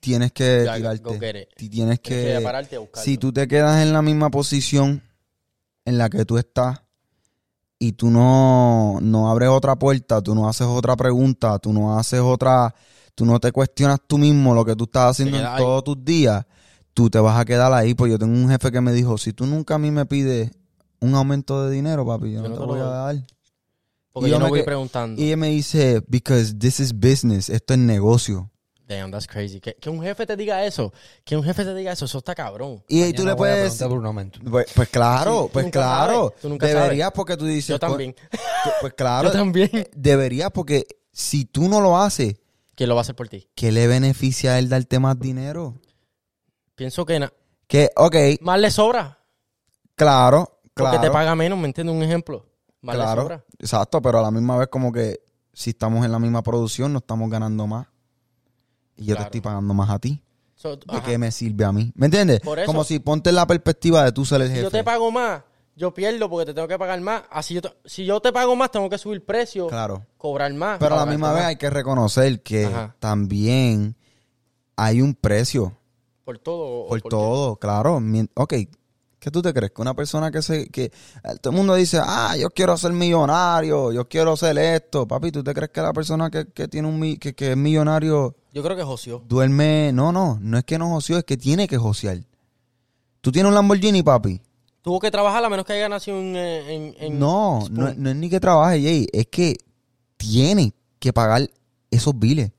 Speaker 2: tienes que
Speaker 1: Ya, go get
Speaker 2: tirarte.
Speaker 1: it.
Speaker 2: Ti-
Speaker 1: Tienes
Speaker 2: Tienes
Speaker 1: que
Speaker 2: que.
Speaker 1: pararte a buscarlo.
Speaker 2: Si tú te quedas en la misma posición en la que tú estás y tú no, no abres otra puerta, tú no haces otra pregunta, tú no haces otra. Tú no te cuestionas tú mismo lo que tú estás haciendo en
Speaker 1: quedas ahí.
Speaker 2: todos tus días, tú te vas a quedar ahí. Pues yo tengo un jefe que me dijo: si tú nunca a mí me pides un aumento de dinero, papi, yo no te
Speaker 1: lo
Speaker 2: voy a
Speaker 1: doy.
Speaker 2: dar.
Speaker 1: Porque
Speaker 2: y
Speaker 1: yo,
Speaker 2: yo
Speaker 1: no
Speaker 2: me
Speaker 1: voy
Speaker 2: que-
Speaker 1: preguntando.
Speaker 2: Y ella me dice, because this is business, esto es negocio.
Speaker 1: Damn, that's crazy. Que, que un jefe te diga eso. Que un jefe te diga eso. Eso está cabrón.
Speaker 2: Y ahí
Speaker 3: Mañana
Speaker 2: tú le
Speaker 3: voy a
Speaker 2: puedes...
Speaker 3: preguntar por un aumento.
Speaker 2: Pues, pues claro,
Speaker 1: Sí, tú
Speaker 2: pues
Speaker 1: nunca
Speaker 2: claro.
Speaker 1: sabes, tú nunca
Speaker 2: deberías porque tú dices...
Speaker 1: Yo también.
Speaker 2: "Tú- Pues claro,
Speaker 1: Yo también.
Speaker 2: deberías porque si tú no lo haces,
Speaker 1: ¿Quién lo va a hacer por ti?
Speaker 2: ¿qué le beneficia a él darte más dinero?
Speaker 1: Pienso que na-
Speaker 2: Que, ok,
Speaker 1: Más le sobra.
Speaker 2: claro, claro.
Speaker 1: Porque te paga menos, ¿me entiendes? Un ejemplo. Más le sobra.
Speaker 2: Claro, exacto, pero a la misma vez como que si estamos en la misma producción no estamos ganando más. Y yo
Speaker 1: Claro.
Speaker 2: te estoy pagando más a ti.
Speaker 1: So,
Speaker 2: ¿De
Speaker 1: ajá.
Speaker 2: qué me sirve a mí? ¿Me entiendes?
Speaker 1: Por eso-
Speaker 2: Como si ponte en la perspectiva de tú ser el
Speaker 1: Si
Speaker 2: jefe.
Speaker 1: yo te pago más, yo pierdo porque te tengo que pagar más. Así yo te- si yo te pago más, tengo que subir precio,
Speaker 2: Claro.
Speaker 1: cobrar más.
Speaker 2: Pero a la
Speaker 1: pagar
Speaker 2: misma
Speaker 1: más
Speaker 2: vez hay que reconocer que
Speaker 1: Ajá.
Speaker 2: también hay un precio
Speaker 1: Por todo. o
Speaker 2: por
Speaker 1: qué.
Speaker 2: todo, claro. Mien- Ok, ¿qué tú te crees? Que una persona que se... que eh, Todo el mundo dice, ah, yo quiero ser millonario, yo quiero ser esto. Papi, ¿tú te crees que la persona que, que tiene un... mi- Que, que es millonario
Speaker 1: Yo creo que joció.
Speaker 2: duerme... No, no, no es que no joseó, es que tiene que josear. ¿Tú tienes un Lamborghini, papi?
Speaker 1: Tuvo que trabajar a menos que haya nacido en. eh, en- en
Speaker 2: No,
Speaker 1: Spoon.
Speaker 2: no, no es ni que trabaje, Jay. Es que tiene que pagar esos biles.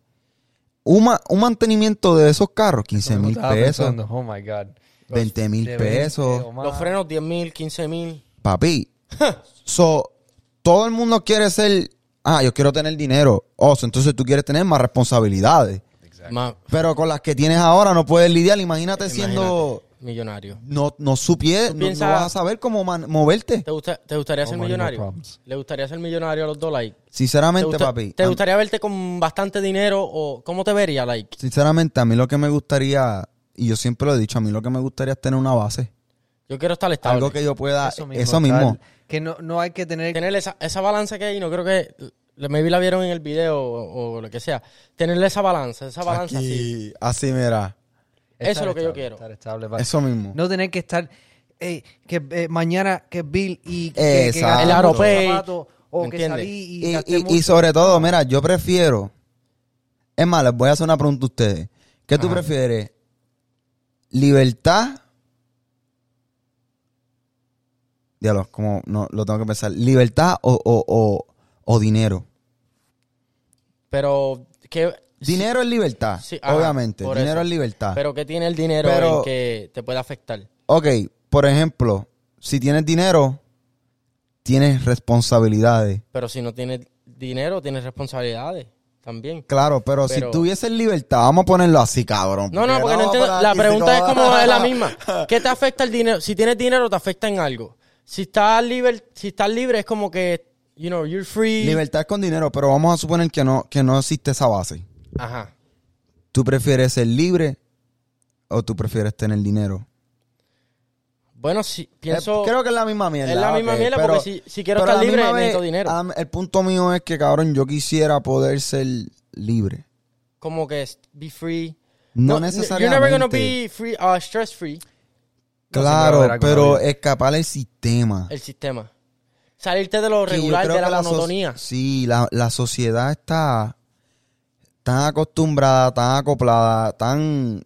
Speaker 2: Un, ma- un mantenimiento de esos carros, 15
Speaker 3: Yo
Speaker 2: mil
Speaker 3: estaba
Speaker 2: pesos,
Speaker 3: pensando, Oh my God.
Speaker 2: 20 mil
Speaker 3: De 20
Speaker 2: pesos.
Speaker 3: o más.
Speaker 1: Los frenos 10 mil, 15 mil.
Speaker 2: Papi, so, todo el mundo quiere ser... Ah, yo quiero tener dinero. Oh, so, entonces tú quieres tener más responsabilidades.
Speaker 1: Más.
Speaker 2: Pero con las que tienes ahora no puedes lidiar. Imagínate, siendo...
Speaker 1: imagínate, Millonario.
Speaker 2: No, no supieras,
Speaker 1: Tú
Speaker 2: no,
Speaker 1: piensas-
Speaker 2: vas a saber cómo man- moverte.
Speaker 1: ¿Te, gusta- te gustaría ser
Speaker 2: Oh
Speaker 3: money, no
Speaker 1: millonario?
Speaker 3: problems.
Speaker 1: ¿Le gustaría ser millonario a los dos? Like? ¿Te,
Speaker 2: Sinceramente,
Speaker 1: gusta-
Speaker 2: papi.
Speaker 1: te
Speaker 2: a-
Speaker 1: gustaría verte con bastante dinero o cómo te vería? Like?
Speaker 2: Sinceramente, a mí lo que me gustaría, y yo siempre lo he dicho, a mí lo que me gustaría es tener una base.
Speaker 1: Yo quiero estar estable.
Speaker 2: Algo que yo pueda. Ah, Eso mismo.
Speaker 3: tal, que no, no hay que tener...
Speaker 1: Tener esa, esa balanza que hay, no creo que. Maybe la vieron en el video o, o lo que sea. Tenerle esa balanza, esa balanza así.
Speaker 2: Aquí, así, mira.
Speaker 1: Eso es
Speaker 3: estar
Speaker 1: lo que yo
Speaker 3: estable,
Speaker 1: quiero.
Speaker 3: estar estable, pa-
Speaker 2: Eso mismo.
Speaker 3: No tener que estar... eh, que eh, mañana que Bill y que, que
Speaker 2: Exacto.
Speaker 3: gasté
Speaker 2: El
Speaker 3: mucho
Speaker 1: aeropage,
Speaker 3: zapato, o
Speaker 1: ¿me
Speaker 3: que
Speaker 1: entiendes?
Speaker 3: salí y,
Speaker 2: Y,
Speaker 3: gasté
Speaker 2: y- y
Speaker 3: mucho.
Speaker 2: sobre todo, mira, yo prefiero. Es más, les voy a hacer una pregunta a ustedes. ¿Qué tú
Speaker 1: Ajá.
Speaker 2: prefieres? ¿Libertad? Diablo, como no, lo tengo que pensar. ¿Libertad o, o- o- o dinero?
Speaker 1: Pero. ¿qué,
Speaker 2: Dinero es libertad,
Speaker 1: Sí, ajá,
Speaker 2: obviamente.
Speaker 1: por
Speaker 2: Dinero
Speaker 1: eso.
Speaker 2: es libertad.
Speaker 1: ¿Pero qué tiene el dinero
Speaker 2: Pero-
Speaker 1: en que te puede afectar?
Speaker 2: Ok, por ejemplo, si tienes dinero, tienes responsabilidades.
Speaker 1: Pero si no tienes dinero, tienes responsabilidades también.
Speaker 2: Claro, pero,
Speaker 1: Pero-
Speaker 2: si tuvieses libertad, vamos a ponerlo así, cabrón.
Speaker 1: No, no, porque no entiendo.
Speaker 2: para
Speaker 1: La
Speaker 2: aquí,
Speaker 1: pregunta es
Speaker 2: si no-
Speaker 1: como es la misma. ¿Qué te afecta el dinero? Si tienes dinero, te afecta en algo. Si estás libre, si estás libre es como que, you know, you're free.
Speaker 2: Libertad es con dinero, pero vamos a suponer que no, que no existe esa base.
Speaker 1: Ajá.
Speaker 2: ¿Tú prefieres ser libre o tú prefieres tener dinero?
Speaker 1: Bueno, si
Speaker 2: Eh,
Speaker 1: pienso.
Speaker 2: creo que es la misma mierda.
Speaker 1: es la misma
Speaker 2: ok,
Speaker 1: mierda
Speaker 2: pero-
Speaker 1: porque si- si quiero
Speaker 2: pero
Speaker 1: estar
Speaker 2: a la
Speaker 1: libre,
Speaker 2: misma vez,
Speaker 1: necesito dinero.
Speaker 2: a- el punto mío es que, cabrón, yo quisiera poder ser libre.
Speaker 1: como que es be free.
Speaker 2: No,
Speaker 1: n-
Speaker 2: necesariamente.
Speaker 1: You're never gonna be free, uh, stress free.
Speaker 3: No, siempre va a haber
Speaker 2: Claro,
Speaker 3: algo en la
Speaker 2: pero
Speaker 3: vida.
Speaker 2: escapar del sistema.
Speaker 1: El sistema. Salirte de lo
Speaker 2: Que yo
Speaker 1: regular,
Speaker 2: creo
Speaker 1: de la
Speaker 2: que so-
Speaker 1: monotonía.
Speaker 2: sí, la, la sociedad está tan acostumbrada, tan acoplada, tan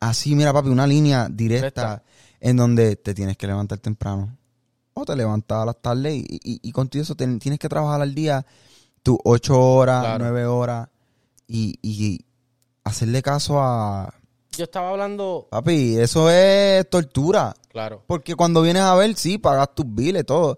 Speaker 2: así, mira papi, una línea directa
Speaker 1: Recta.
Speaker 2: en donde te tienes que levantar temprano. O te levantas a las tardes y, y- y contigo eso ten- tienes que trabajar al día tus ocho horas,
Speaker 1: Claro.
Speaker 2: nueve horas y, y hacerle caso a...
Speaker 1: Yo estaba hablando.
Speaker 2: Papi, eso es tortura.
Speaker 1: Claro.
Speaker 2: Porque cuando vienes a ver, sí, pagas tus biles, todo.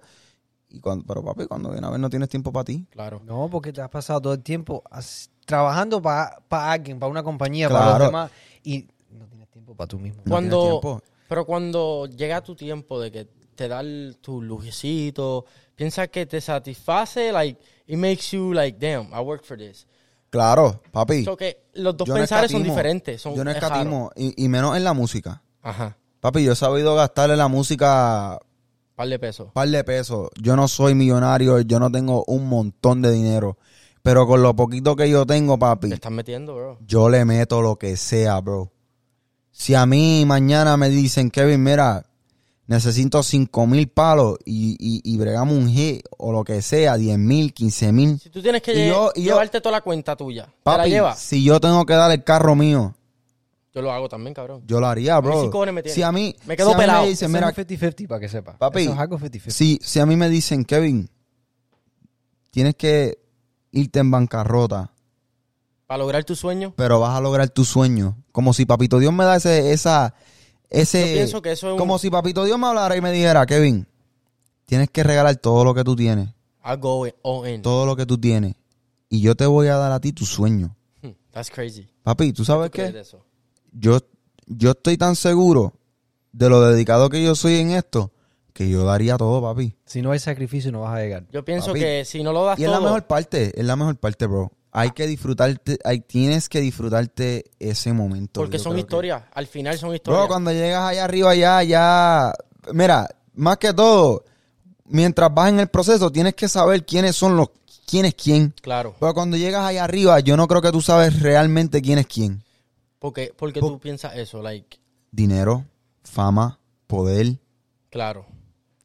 Speaker 2: Y cuando, pero papi, cuando vienes a ver no tienes tiempo para ti.
Speaker 1: Claro.
Speaker 3: No, porque te has pasado todo el tiempo as- trabajando para alguien, para una compañía, para
Speaker 2: Claro.
Speaker 3: los demás. Y no tienes tiempo para tú mismo.
Speaker 2: No
Speaker 1: Cuando-
Speaker 2: tienes tiempo.
Speaker 1: Pero cuando llega tu tiempo de que te da el- tu lujecito, piensas que te satisface, like, it makes you like, damn, I work for this.
Speaker 2: Claro, papi.
Speaker 1: So que los dos
Speaker 2: yo no
Speaker 1: pensares son
Speaker 2: escatimo.
Speaker 1: diferentes. Son,
Speaker 2: yo no
Speaker 1: es raro.
Speaker 2: escatimo, y, y menos en la música.
Speaker 1: Ajá,
Speaker 2: Papi, yo he sabido gastarle la música
Speaker 1: par de pesos.
Speaker 2: par de pesos. Yo no soy millonario, yo no tengo un montón de dinero. Pero con lo poquito que yo tengo, papi,
Speaker 1: Te estás metiendo, bro.
Speaker 2: yo le meto lo que sea, bro. Si a mí mañana me dicen, Kevin, mira, necesito 5 mil palos y, y, y bregamos un hit o lo que sea, 10 mil, 15 mil.
Speaker 1: Si tú tienes que
Speaker 2: Y
Speaker 1: lle-
Speaker 2: yo- y yo-
Speaker 1: llevarte toda la cuenta tuya, ¿te la
Speaker 2: Papi,
Speaker 1: llevas?
Speaker 2: si yo tengo que dar el carro mío,
Speaker 1: Yo lo hago también, cabrón.
Speaker 2: yo lo haría,
Speaker 1: mí
Speaker 2: bro.
Speaker 1: sí cojones me tiene.
Speaker 2: si a mí
Speaker 1: Me quedo
Speaker 2: si a mí
Speaker 1: pelado.
Speaker 2: me
Speaker 3: Eso
Speaker 2: dicen, mira,
Speaker 3: es un 50-50 para que sepa.
Speaker 2: Papi,
Speaker 3: Eso es algo 50-50.
Speaker 2: si, si a mí me dicen, Kevin, tienes que irte en bancarrota,
Speaker 1: Para lograr tu sueño,
Speaker 2: pero vas a lograr tu sueño. Como si Papito Dios me da ese, esa, ese,
Speaker 1: yo pienso que eso es un
Speaker 2: Como si Papito Dios me hablara y me dijera, Kevin, tienes que regalar todo lo que tú tienes,
Speaker 1: I go in- all in.
Speaker 2: todo lo que tú tienes, y yo te voy a dar a ti tu sueño.
Speaker 1: Hmm, That's crazy.
Speaker 2: Papi, ¿tú sabes
Speaker 1: ¿Tú crees de
Speaker 2: qué?
Speaker 1: eso?
Speaker 2: Yo, yo estoy tan seguro de lo dedicado que yo soy en esto, que yo daría todo, papi.
Speaker 3: Si no hay sacrificio, no vas a llegar.
Speaker 1: Yo pienso
Speaker 2: Papi.
Speaker 1: que si no lo das
Speaker 2: Y es la
Speaker 1: todo,
Speaker 2: mejor parte, es la mejor parte, bro. Hay que disfrutarte, hay, tienes que disfrutarte ese momento.
Speaker 1: porque
Speaker 2: yo
Speaker 1: son
Speaker 2: creo que-
Speaker 1: historias, al final son historias.
Speaker 2: Bro, cuando llegas allá arriba, ya, ya. Mira, más que todo, mientras vas en el proceso, tienes que saber quiénes son los. quién es quién.
Speaker 1: Claro,
Speaker 2: Pero cuando llegas allá arriba, yo no creo que tú sabes realmente quién es quién.
Speaker 1: porque porque
Speaker 2: Po-
Speaker 1: tú piensas eso, like,
Speaker 2: Dinero, fama, poder,
Speaker 1: claro.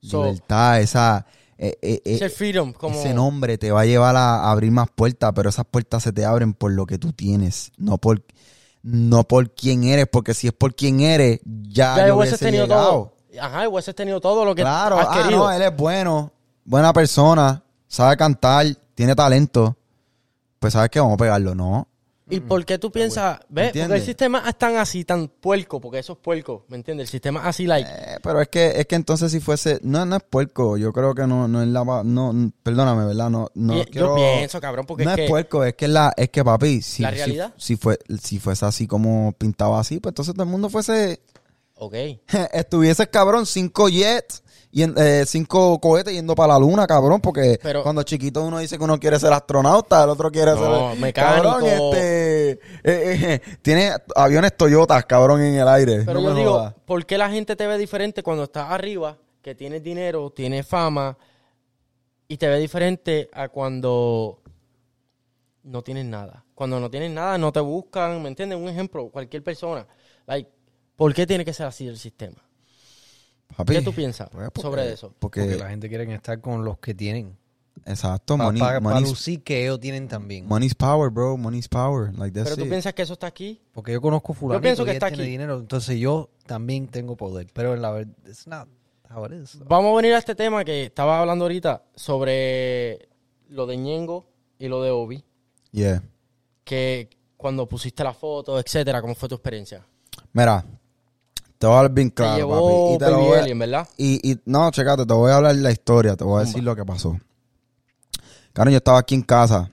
Speaker 1: So,
Speaker 2: libertad, esa. eh, eh, eh,
Speaker 1: ese freedom, como
Speaker 2: Ese nombre te va a llevar a abrir más puertas, pero esas puertas se te abren por lo que tú tienes, no por, no por quién eres, porque si es por quién eres, ya,
Speaker 1: ya
Speaker 2: yo
Speaker 1: hubieses
Speaker 2: hubiese
Speaker 1: tenido
Speaker 2: llegado.
Speaker 1: todo. Ajá, hubieses tenido todo lo que
Speaker 2: Claro,
Speaker 1: has
Speaker 2: ah,
Speaker 1: querido.
Speaker 2: no, él es bueno, buena persona, sabe cantar, tiene talento. Pues sabes que vamos a pegarlo, ¿no?
Speaker 1: ¿Y por qué tú piensas, ves? Porque
Speaker 2: ¿Entiendes?
Speaker 1: el sistema es tan así, tan puerco, porque eso es puerco, ¿me entiendes? El sistema es así, like,
Speaker 2: Eh, pero es que es que entonces si fuese, no, no es puerco, yo creo que no, no es la, pa- no, n- perdóname, ¿verdad? No, no
Speaker 1: Yo- yo
Speaker 2: quiero-
Speaker 1: pienso, cabrón, porque
Speaker 2: no
Speaker 1: es
Speaker 2: es,
Speaker 1: que-
Speaker 2: puerco, es que la, es que papi, si,
Speaker 1: ¿La
Speaker 2: si-
Speaker 1: realidad?
Speaker 2: si, fue, si fuese así como pintaba así, pues entonces todo el mundo fuese, Eh.
Speaker 1: ok.
Speaker 2: estuviese cabrón cinco jets. Y en- eh, cinco cohetes yendo para la luna, cabrón, porque
Speaker 1: Pero-
Speaker 2: cuando chiquito uno dice que uno quiere ser astronauta, el otro quiere
Speaker 1: No,
Speaker 2: ser
Speaker 1: mecánico.
Speaker 2: Cabrón, este, eh, eh, eh, tiene aviones Toyotas, cabrón, en el aire.
Speaker 1: Pero
Speaker 2: no
Speaker 1: yo
Speaker 2: me
Speaker 1: digo,
Speaker 2: jodas.
Speaker 1: ¿por qué la gente te ve diferente cuando estás arriba, que tienes dinero, tienes fama, y te ve diferente a cuando no tienes nada? Cuando no tienes nada, no te buscan, ¿me entiendes? Un ejemplo, cualquier persona. Like, ¿Por qué tiene que ser así el sistema?
Speaker 2: Papi,
Speaker 1: ¿Qué tú piensas
Speaker 2: pues, porque-
Speaker 1: sobre eso?
Speaker 2: Porque,
Speaker 3: Porque la gente quiere estar con los que tienen.
Speaker 2: exacto,
Speaker 3: Para
Speaker 2: money, money's-
Speaker 3: lucir que ellos tienen también.
Speaker 2: money's power, bro, money's power, like that's
Speaker 1: ¿Pero tú
Speaker 2: it.
Speaker 1: piensas que eso está aquí?
Speaker 3: Porque yo conozco fulano
Speaker 1: pienso
Speaker 3: que
Speaker 1: que está
Speaker 3: tiene
Speaker 1: aquí.
Speaker 3: dinero, entonces yo también tengo poder. Pero en la verdad, it's not how it is.
Speaker 1: Vamos a venir a este tema que estaba hablando ahorita sobre lo de Ñengo y lo de Obi,
Speaker 2: Yeah.
Speaker 1: que cuando pusiste la foto, etcétera, ¿cómo fue tu experiencia?
Speaker 2: Mira, te voy a hablar bien claro,
Speaker 1: te llevó
Speaker 2: papi, y te lo
Speaker 1: Baby
Speaker 2: voy a-
Speaker 1: Alien, ¿verdad?
Speaker 2: Y, y- no, checate, te voy a hablar la historia, te voy a decir lo que pasó. Cabrón, yo estaba aquí en casa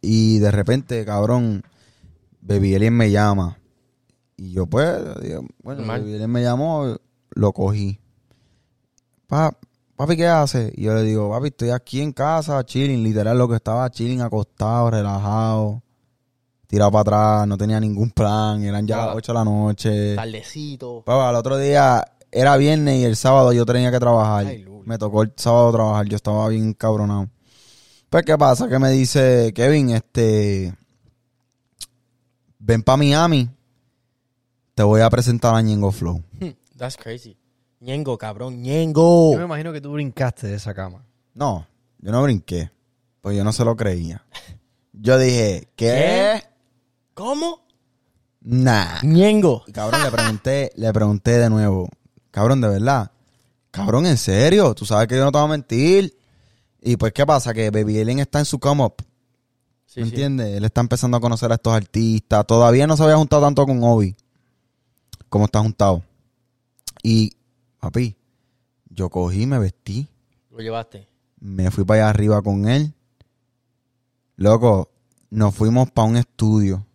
Speaker 2: y de repente, cabrón, Baby Alien me llama. Y yo, pues, digo, bueno,
Speaker 1: Normal.
Speaker 2: Baby Alien me llamó, lo cogí. Pa- papi, ¿qué hace? Y yo le digo, papi, estoy aquí en casa, chilling, literal, lo que estaba chilling, acostado, relajado, tirado para atrás, no tenía ningún plan, eran ya
Speaker 1: Nada.
Speaker 2: las 8 de la noche.
Speaker 1: Tardecito.
Speaker 2: Papá, el otro día era viernes y el sábado yo tenía que trabajar.
Speaker 1: Ay, Lula.
Speaker 2: me tocó el sábado trabajar, yo estaba bien cabronado. Pues, ¿qué pasa? Que me dice Kevin, este. Ven para Miami, te voy a presentar a Ñengo Flow.
Speaker 1: Hmm, That's crazy. Ñengo, cabrón,
Speaker 2: Oh.
Speaker 3: Yo me
Speaker 1: Ñengo.
Speaker 3: imagino que tú brincaste de esa cama.
Speaker 2: No, yo no brinqué, pues yo no se lo creía. Yo dije, ¿qué?
Speaker 1: ¿Cómo?
Speaker 2: Nah.
Speaker 1: Ñengo.
Speaker 2: Y cabrón, le pregunté, le pregunté de nuevo. Cabrón, de verdad. Cabrón, en serio. Tú sabes que yo no te voy a mentir. Y pues, ¿qué pasa? Que Baby Alien está en su come up.
Speaker 1: Sí,
Speaker 2: ¿Me
Speaker 1: sí.
Speaker 2: entiendes? Él está empezando a conocer a estos artistas. Todavía no se había juntado tanto con Obi. Como está juntado. Y, papi, yo cogí, me vestí.
Speaker 1: Lo llevaste.
Speaker 2: Me fui para allá arriba con él. Loco, nos fuimos para un estudio.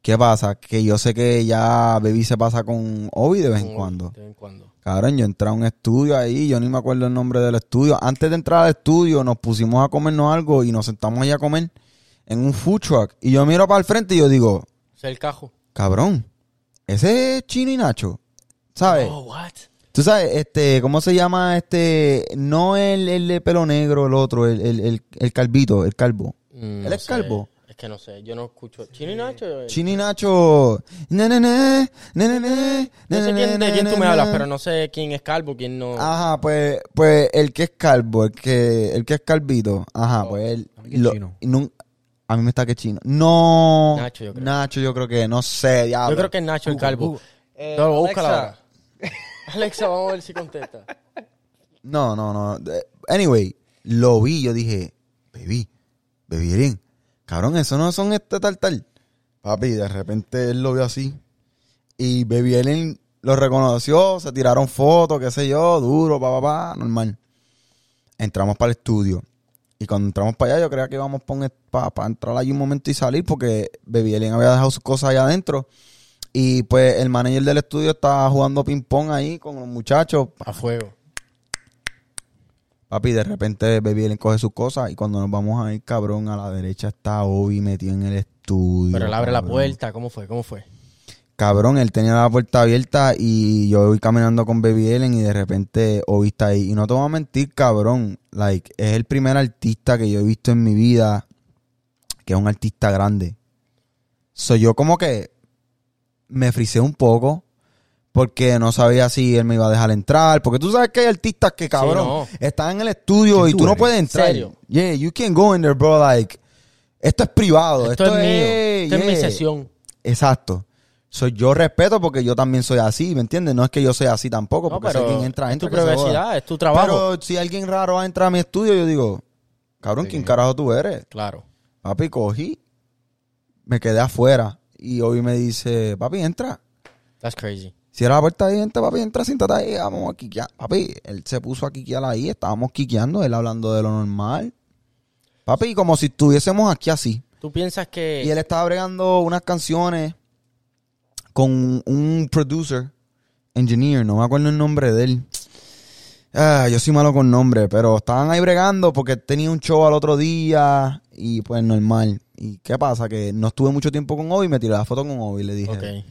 Speaker 2: ¿Qué pasa? Que yo sé que ya Baby se pasa con Obi de vez en
Speaker 1: Con-
Speaker 2: cuando.
Speaker 1: De vez en cuando.
Speaker 2: Cabrón, yo entré a un estudio ahí, yo ni me acuerdo el nombre del estudio. Antes de entrar al estudio, nos pusimos a comernos algo y nos sentamos ahí a comer en un food truck. Y yo miro para el frente y yo digo,
Speaker 1: Ser el cajo.
Speaker 2: cabrón, ese es Chino y Nacho. ¿Sabes?
Speaker 1: Oh, what?
Speaker 2: Tú sabes, este, ¿cómo se llama este? No el, el de pelo negro, el otro, el, el, el, el calvito, el calvo.
Speaker 1: Mm,
Speaker 2: ¿Él
Speaker 1: no
Speaker 2: es
Speaker 1: sé.
Speaker 2: calvo?
Speaker 1: Es que no sé, yo no escucho. ¿Chino y Nacho? eh,
Speaker 2: Chino y Nacho. Na, na, na, na, na, na,
Speaker 1: No sé
Speaker 2: na,
Speaker 1: quién, de
Speaker 2: na,
Speaker 1: quién tú
Speaker 2: na,
Speaker 1: me
Speaker 2: na.
Speaker 1: hablas, pero no sé quién es calvo, quién no.
Speaker 2: Ajá, pues, pues el que es calvo, el que, el que es calvito. Ajá,
Speaker 1: Oh,
Speaker 2: pues él.
Speaker 3: a mí que chino.
Speaker 2: nun- a mí me está que chino. No.
Speaker 1: Nacho, yo creo.
Speaker 2: Nacho, yo creo que, no sé,
Speaker 1: Yo
Speaker 2: diablo.
Speaker 1: creo que es Nacho el calvo.
Speaker 3: Eh,
Speaker 1: No, búscala
Speaker 3: Alexa.
Speaker 1: ahora. Alexa, vamos a ver si contesta.
Speaker 2: No, no, no. De- Anyway, lo vi, yo dije, bebí, bebí bien. Cabrón, eso no son este tal tal. Papi, de repente él lo vio así. Y Baby Ellen lo reconoció, se tiraron fotos, qué sé yo, duro, pa, pa, pa, normal. Entramos para el estudio. Y cuando entramos para allá, yo creía que íbamos para entrar allí un momento y salir, porque Baby Ellen había dejado sus cosas allá adentro. Y pues el manager del estudio estaba jugando ping-pong ahí con los muchachos.
Speaker 1: A fuego.
Speaker 2: Papi, de repente Baby le coge sus cosas y cuando nos vamos a ir, cabrón, a la derecha está Obi metido en el estudio.
Speaker 1: Pero él abre la
Speaker 2: cabrón.
Speaker 1: puerta. ¿Cómo fue? ¿Cómo fue?
Speaker 2: Cabrón, él tenía la puerta abierta y yo voy caminando con Baby Ellen y de repente Obi está ahí. Y no te voy a mentir, cabrón. Like, es el primer artista que yo he visto en mi vida que es un artista grande. Soy yo como que me frisé un poco porque no sabía si él me iba a dejar entrar. Porque tú sabes que hay artistas que, cabrón,
Speaker 1: no.
Speaker 2: están en el estudio
Speaker 3: ¿Quién
Speaker 2: y
Speaker 3: tú
Speaker 2: tú no
Speaker 3: eres?
Speaker 2: puedes entrar.
Speaker 1: ¿Serio?
Speaker 2: Yeah, you can go in there, bro. Like, esto es privado.
Speaker 1: Esto, es mío. Esto es mi
Speaker 2: yeah.
Speaker 1: sesión.
Speaker 2: Exacto. Soy yo respeto porque yo también soy así, ¿me entiendes? No es que yo sea así tampoco,
Speaker 1: No,
Speaker 2: porque si
Speaker 1: pero
Speaker 2: alguien entra,
Speaker 1: es tu
Speaker 2: entra que se joda.
Speaker 1: privacidad, es tu trabajo.
Speaker 2: Pero si alguien raro entra a mi estudio, yo digo, cabrón, ¿quién carajo tú eres?
Speaker 1: Claro.
Speaker 2: Papi, cogí, me quedé afuera y hoy me dice, papi, entra.
Speaker 1: That's crazy.
Speaker 2: Cierra la puerta ahí, entra, papi, entra, siéntate ahí, vamos a quiquear. Papi, él se puso a quiquear ahí, estábamos quiqueando, él hablando de lo normal. Papi, como si estuviésemos aquí así.
Speaker 1: ¿Tú piensas que
Speaker 2: Y él estaba bregando unas canciones con un producer, engineer, no me acuerdo el nombre de él. Ah, yo soy malo con nombre, pero estaban ahí bregando porque tenía un show al otro día y pues normal. ¿Y qué pasa? Que no estuve mucho tiempo con Obi, me tiré la foto con Obi, le dije.
Speaker 1: Ok.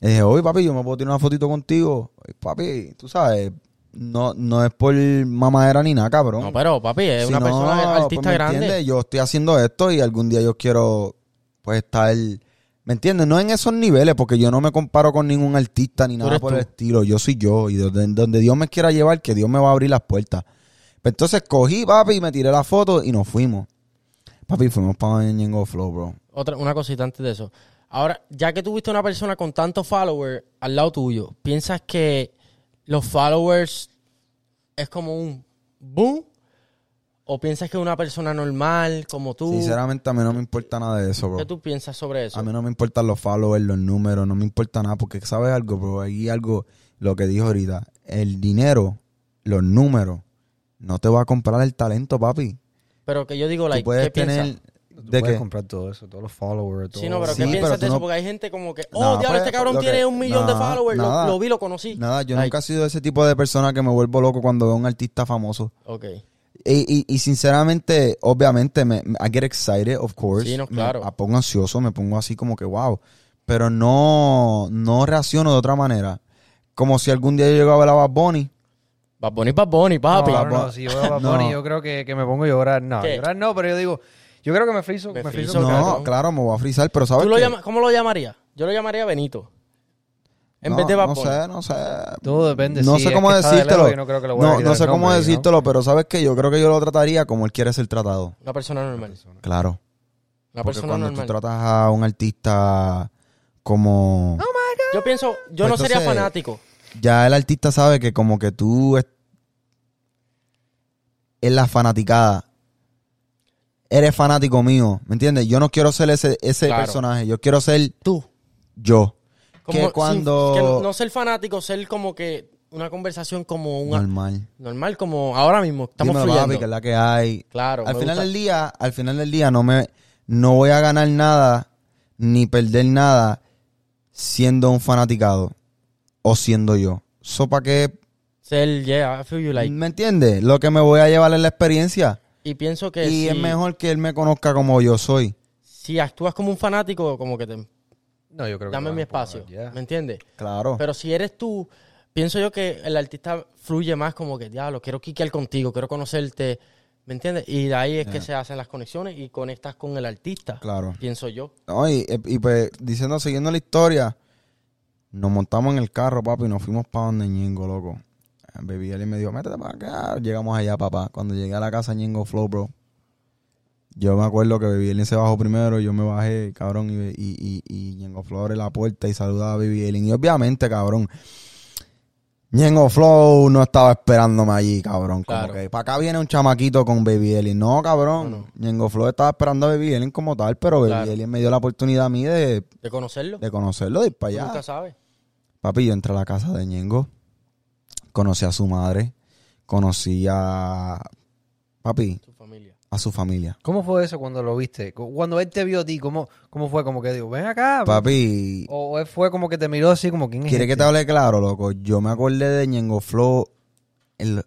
Speaker 2: Le dije, oye papi, yo me puedo tirar una fotito contigo. Ay, Papi, tú sabes, no, no es por mamadera ni nada, cabrón.
Speaker 1: No, pero papi, es
Speaker 2: Si
Speaker 1: Eh, una
Speaker 2: no,
Speaker 1: persona
Speaker 2: pues,
Speaker 1: artista
Speaker 2: ¿me
Speaker 1: grande.
Speaker 2: entiendes? Yo estoy haciendo esto y algún día yo quiero pues estar, ¿me entiendes? No en esos niveles porque yo no me comparo con ningún artista ni nada
Speaker 1: eres
Speaker 2: por
Speaker 1: tú.
Speaker 2: el estilo. Yo soy yo y donde, donde Dios me quiera llevar, que Dios me va a abrir las puertas. Pero entonces cogí, papi, y me tiré la foto y nos fuimos. Papi, fuimos para Ñengo Flow, bro.
Speaker 1: Otra, una cosita antes de eso. Ahora, ya que tuviste una persona con tantos followers al lado tuyo, ¿piensas que los followers es como un boom? ¿O piensas que es una persona normal como tú?
Speaker 2: Sinceramente a mí no me importa nada de eso, bro.
Speaker 1: ¿Qué tú piensas sobre eso?
Speaker 2: A mí no me importan los followers, los números, no me importa nada, porque sabes algo, bro, ahí algo, lo que dijo ahorita, el dinero, los números, no te va a comprar el talento, papi.
Speaker 1: Pero que yo digo, like,
Speaker 2: tú puedes
Speaker 1: ¿qué
Speaker 2: tener...
Speaker 1: piensas?
Speaker 3: Tú
Speaker 2: ¿De
Speaker 3: puedes
Speaker 2: qué?
Speaker 3: comprar todo eso, todos los followers, todo.
Speaker 1: Sí, no, pero
Speaker 2: Sí,
Speaker 1: ¿qué piensas
Speaker 2: pero tú
Speaker 1: de eso?
Speaker 2: no-
Speaker 1: Porque hay gente como que, oh,
Speaker 2: Nah,
Speaker 1: diablo,
Speaker 2: pues,
Speaker 1: este cabrón
Speaker 2: lo que-
Speaker 1: tiene un millón de
Speaker 2: nah,
Speaker 1: followers, lo-
Speaker 2: nada.
Speaker 1: lo, vi, lo conocí.
Speaker 2: Nada, yo
Speaker 1: Like,
Speaker 2: nunca he sido ese tipo de persona que me vuelvo loco cuando veo a un artista famoso.
Speaker 1: Ok,
Speaker 2: Y, y- y sinceramente, obviamente, me, me- I get excited, of course.
Speaker 1: Sí, no,
Speaker 2: Me-
Speaker 1: claro.
Speaker 2: Me, pongo ansioso, me pongo así como que wow. Pero no, no reacciono de otra manera. Como si algún día yo llegaba a ver a Bad Bunny.
Speaker 1: Bad Bunny, Bad Bunny, papi.
Speaker 3: No, no,
Speaker 2: Bad
Speaker 3: no,
Speaker 2: Bunny.
Speaker 3: si yo veo a Bad
Speaker 2: Ah, No.
Speaker 3: Bunny, yo creo que, que me pongo a llorar. No,
Speaker 1: ¿Qué?
Speaker 3: llorar no, pero yo digo, yo creo que me friso.
Speaker 1: Me
Speaker 3: Me, friso.
Speaker 1: friso,
Speaker 2: no,
Speaker 1: cabrón.
Speaker 2: claro, me voy a frizar, pero ¿sabes
Speaker 1: ¿Tú lo
Speaker 2: qué?
Speaker 1: llamas- ¿Cómo lo llamaría? Yo lo llamaría Benito. En
Speaker 2: No,
Speaker 1: vez de Bad
Speaker 2: No
Speaker 1: Bunny.
Speaker 2: sé, no sé.
Speaker 3: Todo depende,
Speaker 2: No
Speaker 3: sí,
Speaker 2: sé
Speaker 3: es
Speaker 2: cómo
Speaker 3: que está de lejos,
Speaker 2: decírtelo.
Speaker 3: yo no creo que lo voy a
Speaker 2: No,
Speaker 3: gritar
Speaker 2: no sé
Speaker 3: el
Speaker 2: cómo
Speaker 3: nombre, ¿no?
Speaker 2: decírtelo, pero ¿sabes qué? Yo creo que yo lo trataría como él quiere ser tratado.
Speaker 1: Una persona normal.
Speaker 2: Claro.
Speaker 1: Una
Speaker 2: Porque
Speaker 1: persona
Speaker 2: cuando tú
Speaker 1: normal.
Speaker 2: tratas a un artista como...
Speaker 1: Yo pienso, yo
Speaker 2: Pues
Speaker 1: no sería
Speaker 2: entonces-
Speaker 1: fanático.
Speaker 2: ya el artista sabe que como que tú es, es la fanaticada. Eres fanático mío, ¿me entiendes? Yo no quiero ser ese, ese
Speaker 1: Claro.
Speaker 2: personaje, yo quiero ser
Speaker 1: Tú.
Speaker 2: yo.
Speaker 1: Como-
Speaker 2: que
Speaker 1: sí,
Speaker 2: cuando...
Speaker 1: que no, no ser fanático, ser como que una conversación como una. Normal,
Speaker 2: Normal.
Speaker 1: como ahora mismo. Estamos
Speaker 2: Dímelo,
Speaker 1: fluyendo.
Speaker 2: papi, que es la que hay.
Speaker 1: Claro.
Speaker 2: al
Speaker 1: me
Speaker 2: final
Speaker 1: gusta.
Speaker 2: del día, al final del día no me no voy a ganar nada ni perder nada siendo un fanaticado o siendo yo. So, ¿para qué?
Speaker 1: Ser, yeah, I feel you like.
Speaker 2: ¿Me entiendes? Lo que me voy a llevar es la experiencia.
Speaker 1: Y pienso que
Speaker 2: Y
Speaker 1: si,
Speaker 2: es mejor que él me conozca como yo soy.
Speaker 1: si actúas como un fanático, como que te.
Speaker 3: No, yo creo que
Speaker 1: Dame
Speaker 3: lo
Speaker 1: mi
Speaker 3: van a poner, ¿eh?
Speaker 1: espacio.
Speaker 3: ya.
Speaker 1: ¿Me entiendes?
Speaker 2: Claro.
Speaker 1: Pero si eres tú, pienso yo que el artista fluye más como que, diablo, quiero quiquear contigo, quiero conocerte, ¿me entiendes? Y de ahí es que se hacen las conexiones y conectas con el artista,
Speaker 2: claro.
Speaker 1: pienso yo.
Speaker 2: No, y, y, pues, diciendo, siguiendo la historia, nos montamos en el carro, papi, y nos fuimos para donde Ñengo, loco. Baby Eli me dijo, métete para acá. Llegamos allá, papá. Cuando llegué a la casa Ñengo Flow, bro. Yo me acuerdo que Baby Eli se bajó primero, yo me bajé, cabrón, y, y, y, y Ñengo Flow abre la puerta y saluda a Baby Eli. Y obviamente, cabrón, Ñengo Flow no estaba esperándome allí, cabrón. Como
Speaker 1: Claro.
Speaker 2: que, para acá viene un chamaquito con Baby Eli. No, cabrón. Ñengo Flow estaba esperando a Baby Eli como tal, pero Baby
Speaker 1: Claro.
Speaker 2: Eli pues, me dio la oportunidad a mí de,
Speaker 1: De conocerlo,
Speaker 2: de conocerlo, de ir para
Speaker 1: tú
Speaker 2: allá.
Speaker 1: nunca sabes.
Speaker 2: Papi, yo entré a la casa de Ñengo, conocí a su madre, conocí a papi,
Speaker 1: tu familia.
Speaker 2: a su familia.
Speaker 3: ¿Cómo fue eso cuando lo viste? Cu- Cuando él te vio a ti, ¿cómo, cómo fue? Como que digo, ven acá.
Speaker 1: Ah, pues,
Speaker 2: Papi,
Speaker 1: oh,
Speaker 3: O o él fue como que te miró así, como quién es.
Speaker 2: ¿Quiere que
Speaker 3: este?
Speaker 2: te hable claro, loco? Yo me acordé de Ñengo Flow en, lo-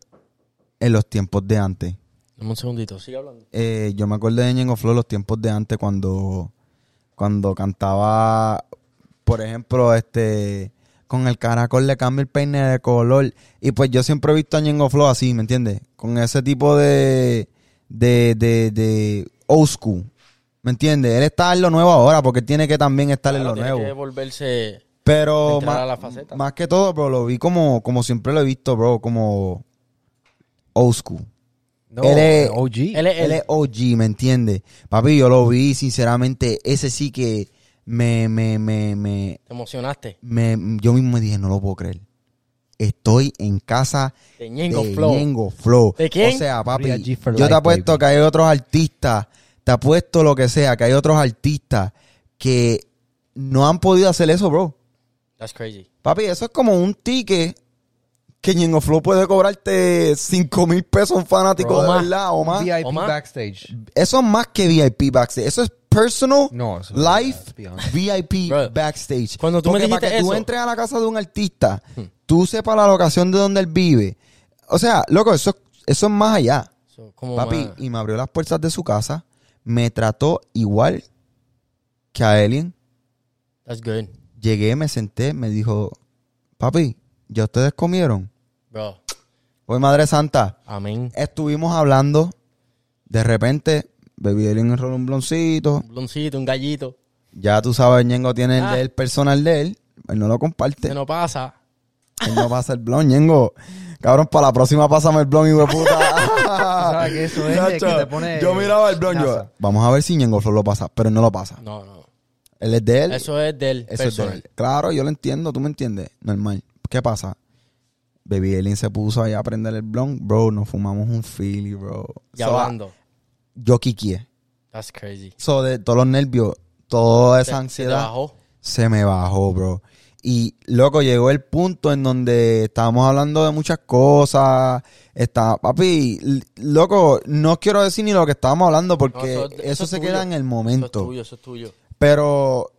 Speaker 2: en los tiempos de antes.
Speaker 1: Dame un segundito, sigue hablando.
Speaker 2: Eh, yo me acordé de Ñengo Flow en los tiempos de antes cuando, cuando cantaba, por ejemplo, este con el caracol le cambia el peine de color. Y pues yo siempre he visto a Ñengo Flow así, ¿me entiendes? Con ese tipo de, de, de, de old school. ¿Me entiendes? Él está en lo nuevo ahora porque tiene que también estar en
Speaker 1: Claro,
Speaker 2: lo
Speaker 1: tiene
Speaker 2: nuevo.
Speaker 1: que volverse...
Speaker 2: Pero
Speaker 1: Entrar
Speaker 2: ma-
Speaker 1: a la
Speaker 2: más,
Speaker 1: faceta.
Speaker 2: que todo, bro, lo vi como, como siempre lo he visto, bro, como old school.
Speaker 3: No,
Speaker 2: Él es-
Speaker 3: OG.
Speaker 1: Él es
Speaker 2: Él
Speaker 1: él.
Speaker 2: es OG, ¿me entiendes? Papi, yo lo vi, sinceramente, ese sí que me, me, me, me,
Speaker 1: Te emocionaste.
Speaker 2: me- yo mismo me dije, no lo puedo creer. Estoy en casa
Speaker 1: De Ñengo
Speaker 2: de
Speaker 1: Flow.
Speaker 2: Ñengo Flow.
Speaker 1: ¿De quién?
Speaker 2: O sea, papi,
Speaker 3: Real G for
Speaker 2: yo te
Speaker 3: life,
Speaker 2: apuesto
Speaker 3: baby.
Speaker 2: que hay otros artistas, te apuesto lo que sea, que hay otros artistas que no han podido hacer eso, bro.
Speaker 1: That's crazy.
Speaker 2: Papi, eso es como un ticket que Ñengo Flow puede cobrarte 5 mil pesos un fanático
Speaker 1: Bro,
Speaker 2: de
Speaker 1: más.
Speaker 2: verdad o más.
Speaker 3: VIP
Speaker 1: Omar.
Speaker 3: backstage.
Speaker 2: Eso es más que VIP backstage. Eso es personal,
Speaker 3: No, eso-
Speaker 2: life,
Speaker 3: beyond.
Speaker 2: VIP
Speaker 1: Bro,
Speaker 2: backstage.
Speaker 1: cuando tú me
Speaker 2: Porque para
Speaker 1: dijiste
Speaker 2: que tú
Speaker 1: eso- Hmm.
Speaker 2: entres a la casa de un artista, tú sepas la locación de donde él vive. O sea, loco, eso, eso es más allá.
Speaker 1: So, como
Speaker 2: Papi,
Speaker 1: más-
Speaker 2: y me abrió las puertas de su casa. Me trató igual que a Alien.
Speaker 1: That's good,
Speaker 2: Llegué, me senté, me dijo, papi, ¿ya ustedes comieron?
Speaker 1: bro.
Speaker 2: Oye, Madre Santa,
Speaker 1: Amén.
Speaker 2: estuvimos hablando. De repente, bebí él enroló un bloncito.
Speaker 1: Un bloncito, un gallito.
Speaker 2: Ya tú sabes, Ñengo tiene el,
Speaker 1: Ah.
Speaker 2: el personal de él. Él no lo
Speaker 1: Se
Speaker 2: comparte.
Speaker 1: nos pasa.
Speaker 2: Él no pasa el blon, Ñengo. Cabrón, para la próxima pásame el blon, hijo de
Speaker 3: Tú
Speaker 2: puta.
Speaker 3: sabes que eso es de que
Speaker 2: Nacho,
Speaker 3: te pone-
Speaker 2: Ah. yo miraba el blon, yo.
Speaker 3: NASA.
Speaker 2: Vamos a ver si Ñengo Flow lo pasa, pero él no lo pasa.
Speaker 1: No, no.
Speaker 2: Él es de él.
Speaker 1: Eso es del
Speaker 2: Eso es de
Speaker 1: personal.
Speaker 2: él. Claro, yo lo entiendo, tú me entiendes. Normal. ¿Qué pasa? Baby Elin se puso ahí a prender el blon. Bro, nos fumamos un fili, bro.
Speaker 1: Y
Speaker 2: So, ah,
Speaker 1: hablando.
Speaker 2: yo quiqué.
Speaker 1: That's crazy.
Speaker 2: So, de todos los nervios, toda esa
Speaker 1: Se- se te
Speaker 2: ansiedad.
Speaker 1: bajó.
Speaker 2: se me bajó, bro. Y, loco, llegó el punto en donde estábamos hablando de muchas cosas. Está, papi, l- loco, no quiero decir ni lo que estábamos hablando
Speaker 1: No,
Speaker 2: porque eso,
Speaker 1: es
Speaker 2: se
Speaker 1: tuyo.
Speaker 2: queda en el
Speaker 1: Eso es
Speaker 2: momento.
Speaker 1: tuyo, eso es tuyo.
Speaker 2: Pero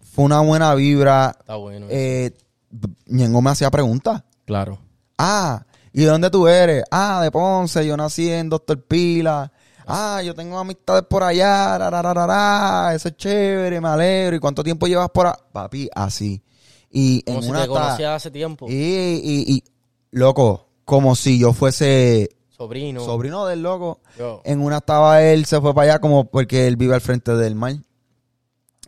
Speaker 2: fue una buena vibra.
Speaker 1: Está bueno.
Speaker 2: Eh, b- Ñengo me hacía preguntas.
Speaker 1: claro.
Speaker 2: Ah, ¿y de dónde tú eres? Ah, de Ponce, yo nací en Doctor Pila. Ah, yo tengo amistades por allá, ra, ra, ra, ra, ra, eso es chévere, me alegro. ¿Y cuánto tiempo llevas por acá? Papi, así. Y
Speaker 1: Como
Speaker 2: en
Speaker 1: si
Speaker 2: una
Speaker 1: te
Speaker 2: ta-
Speaker 1: conocía hace tiempo.
Speaker 2: y, y, y, loco, como si yo fuese
Speaker 1: Sobrino.
Speaker 2: sobrino del loco.
Speaker 1: Yo.
Speaker 2: En una estaba él, se fue para allá como porque él vive al frente del mar.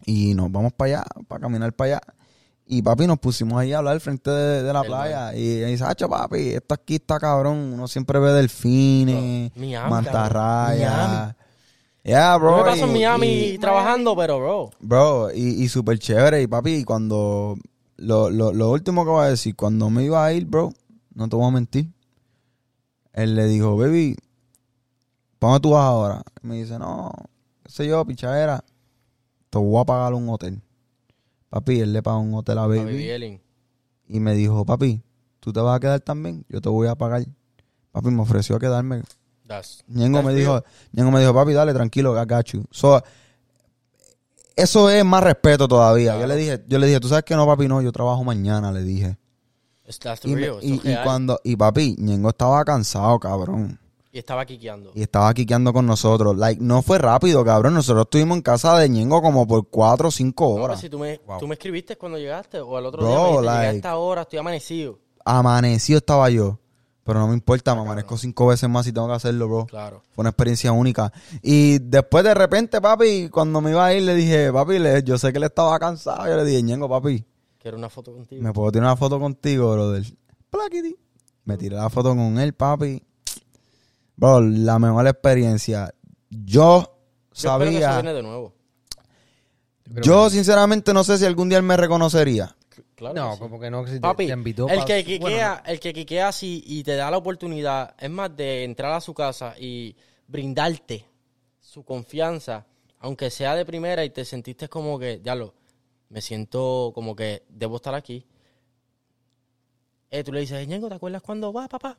Speaker 2: Y nos vamos para allá, para caminar para allá. Y papi, nos pusimos ahí a hablar al frente de, de la
Speaker 1: Del
Speaker 2: playa. Y ahí dice, "Acho, papi, esto aquí está cabrón. Uno siempre ve delfines,
Speaker 1: Bro, Miami,
Speaker 2: mantarrayas. Yeah,
Speaker 1: Yo
Speaker 2: bro.
Speaker 1: me paso en
Speaker 2: y-
Speaker 1: Miami
Speaker 2: y-
Speaker 1: trabajando, pero, bro.
Speaker 2: Bro, y, y súper chévere. Y papi, y cuando. Lo, lo, lo último que voy a decir, cuando me iba a ir, bro, no te voy a mentir. Él le dijo, baby, ¿para dónde tú vas ahora? Y me dice, no, qué sé yo, pichadera. Te voy a pagar un hotel. Papi, él le pagó un hotel a
Speaker 1: A
Speaker 2: baby.
Speaker 1: Baby Ellen.
Speaker 2: y me dijo, papi, ¿tú te vas a quedar también? Yo te voy a pagar. Papi me ofreció a quedarme
Speaker 1: That's.
Speaker 2: Ñengo me
Speaker 1: That's
Speaker 2: dijo, Ñengo me dijo, papi, dale, tranquilo, I got you. So, eso es más respeto todavía. Yo
Speaker 1: Claro.
Speaker 2: le dije, yo le dije, tú sabes que no, papi, no, yo trabajo mañana, le dije.
Speaker 1: That's, that's
Speaker 2: Y, me-
Speaker 1: real.
Speaker 2: y-
Speaker 1: eso es
Speaker 2: y
Speaker 1: real.
Speaker 2: cuando, y papi, Ñengo estaba cansado, cabrón.
Speaker 1: Y estaba quiqueando.
Speaker 2: Y estaba quiqueando con nosotros. Like, no fue rápido, cabrón. Nosotros estuvimos en casa de Ñengo como por cuatro o cinco
Speaker 1: No, pero
Speaker 2: horas.
Speaker 1: si tú me,
Speaker 3: Wow.
Speaker 1: tú me escribiste cuando llegaste o al otro
Speaker 2: Bro,
Speaker 1: día me dijiste, llegué a
Speaker 2: like-
Speaker 1: esta hora, estoy amanecido.
Speaker 2: Amanecido estaba yo. Pero no me importa,
Speaker 1: Ah,
Speaker 2: me amanezco cinco veces más si tengo que hacerlo, bro.
Speaker 1: Claro.
Speaker 2: Fue una experiencia única. Y después de repente, papi, cuando me iba a ir, le dije, papi, le- yo sé que él estaba cansado. Yo le dije, Ñengo, papi,
Speaker 1: Quiero una foto contigo.
Speaker 2: ¿me puedo tirar una foto contigo, brother? Plaquiti. Me tiré la foto con él, papi. Bro, la mejor experiencia. Yo
Speaker 1: Yo espero que eso
Speaker 2: sabía.
Speaker 1: viene de nuevo.
Speaker 3: creo
Speaker 2: Yo, sinceramente, no sé si algún día él me reconocería.
Speaker 1: C-
Speaker 3: que-
Speaker 1: Claro que
Speaker 3: No,
Speaker 1: sí.
Speaker 3: como que no. que si te-
Speaker 1: Papi,
Speaker 3: te invitó
Speaker 1: el,
Speaker 3: pa-
Speaker 1: que
Speaker 3: bueno,
Speaker 1: quiquea, el que quiquea así y te da la oportunidad, es más, de entrar a su casa y brindarte su confianza, aunque sea de primera y te sentiste como que, ya lo, me siento como que debo estar aquí. Eh, tú le dices, Ñengo, ¿te acuerdas cuando vas, papá?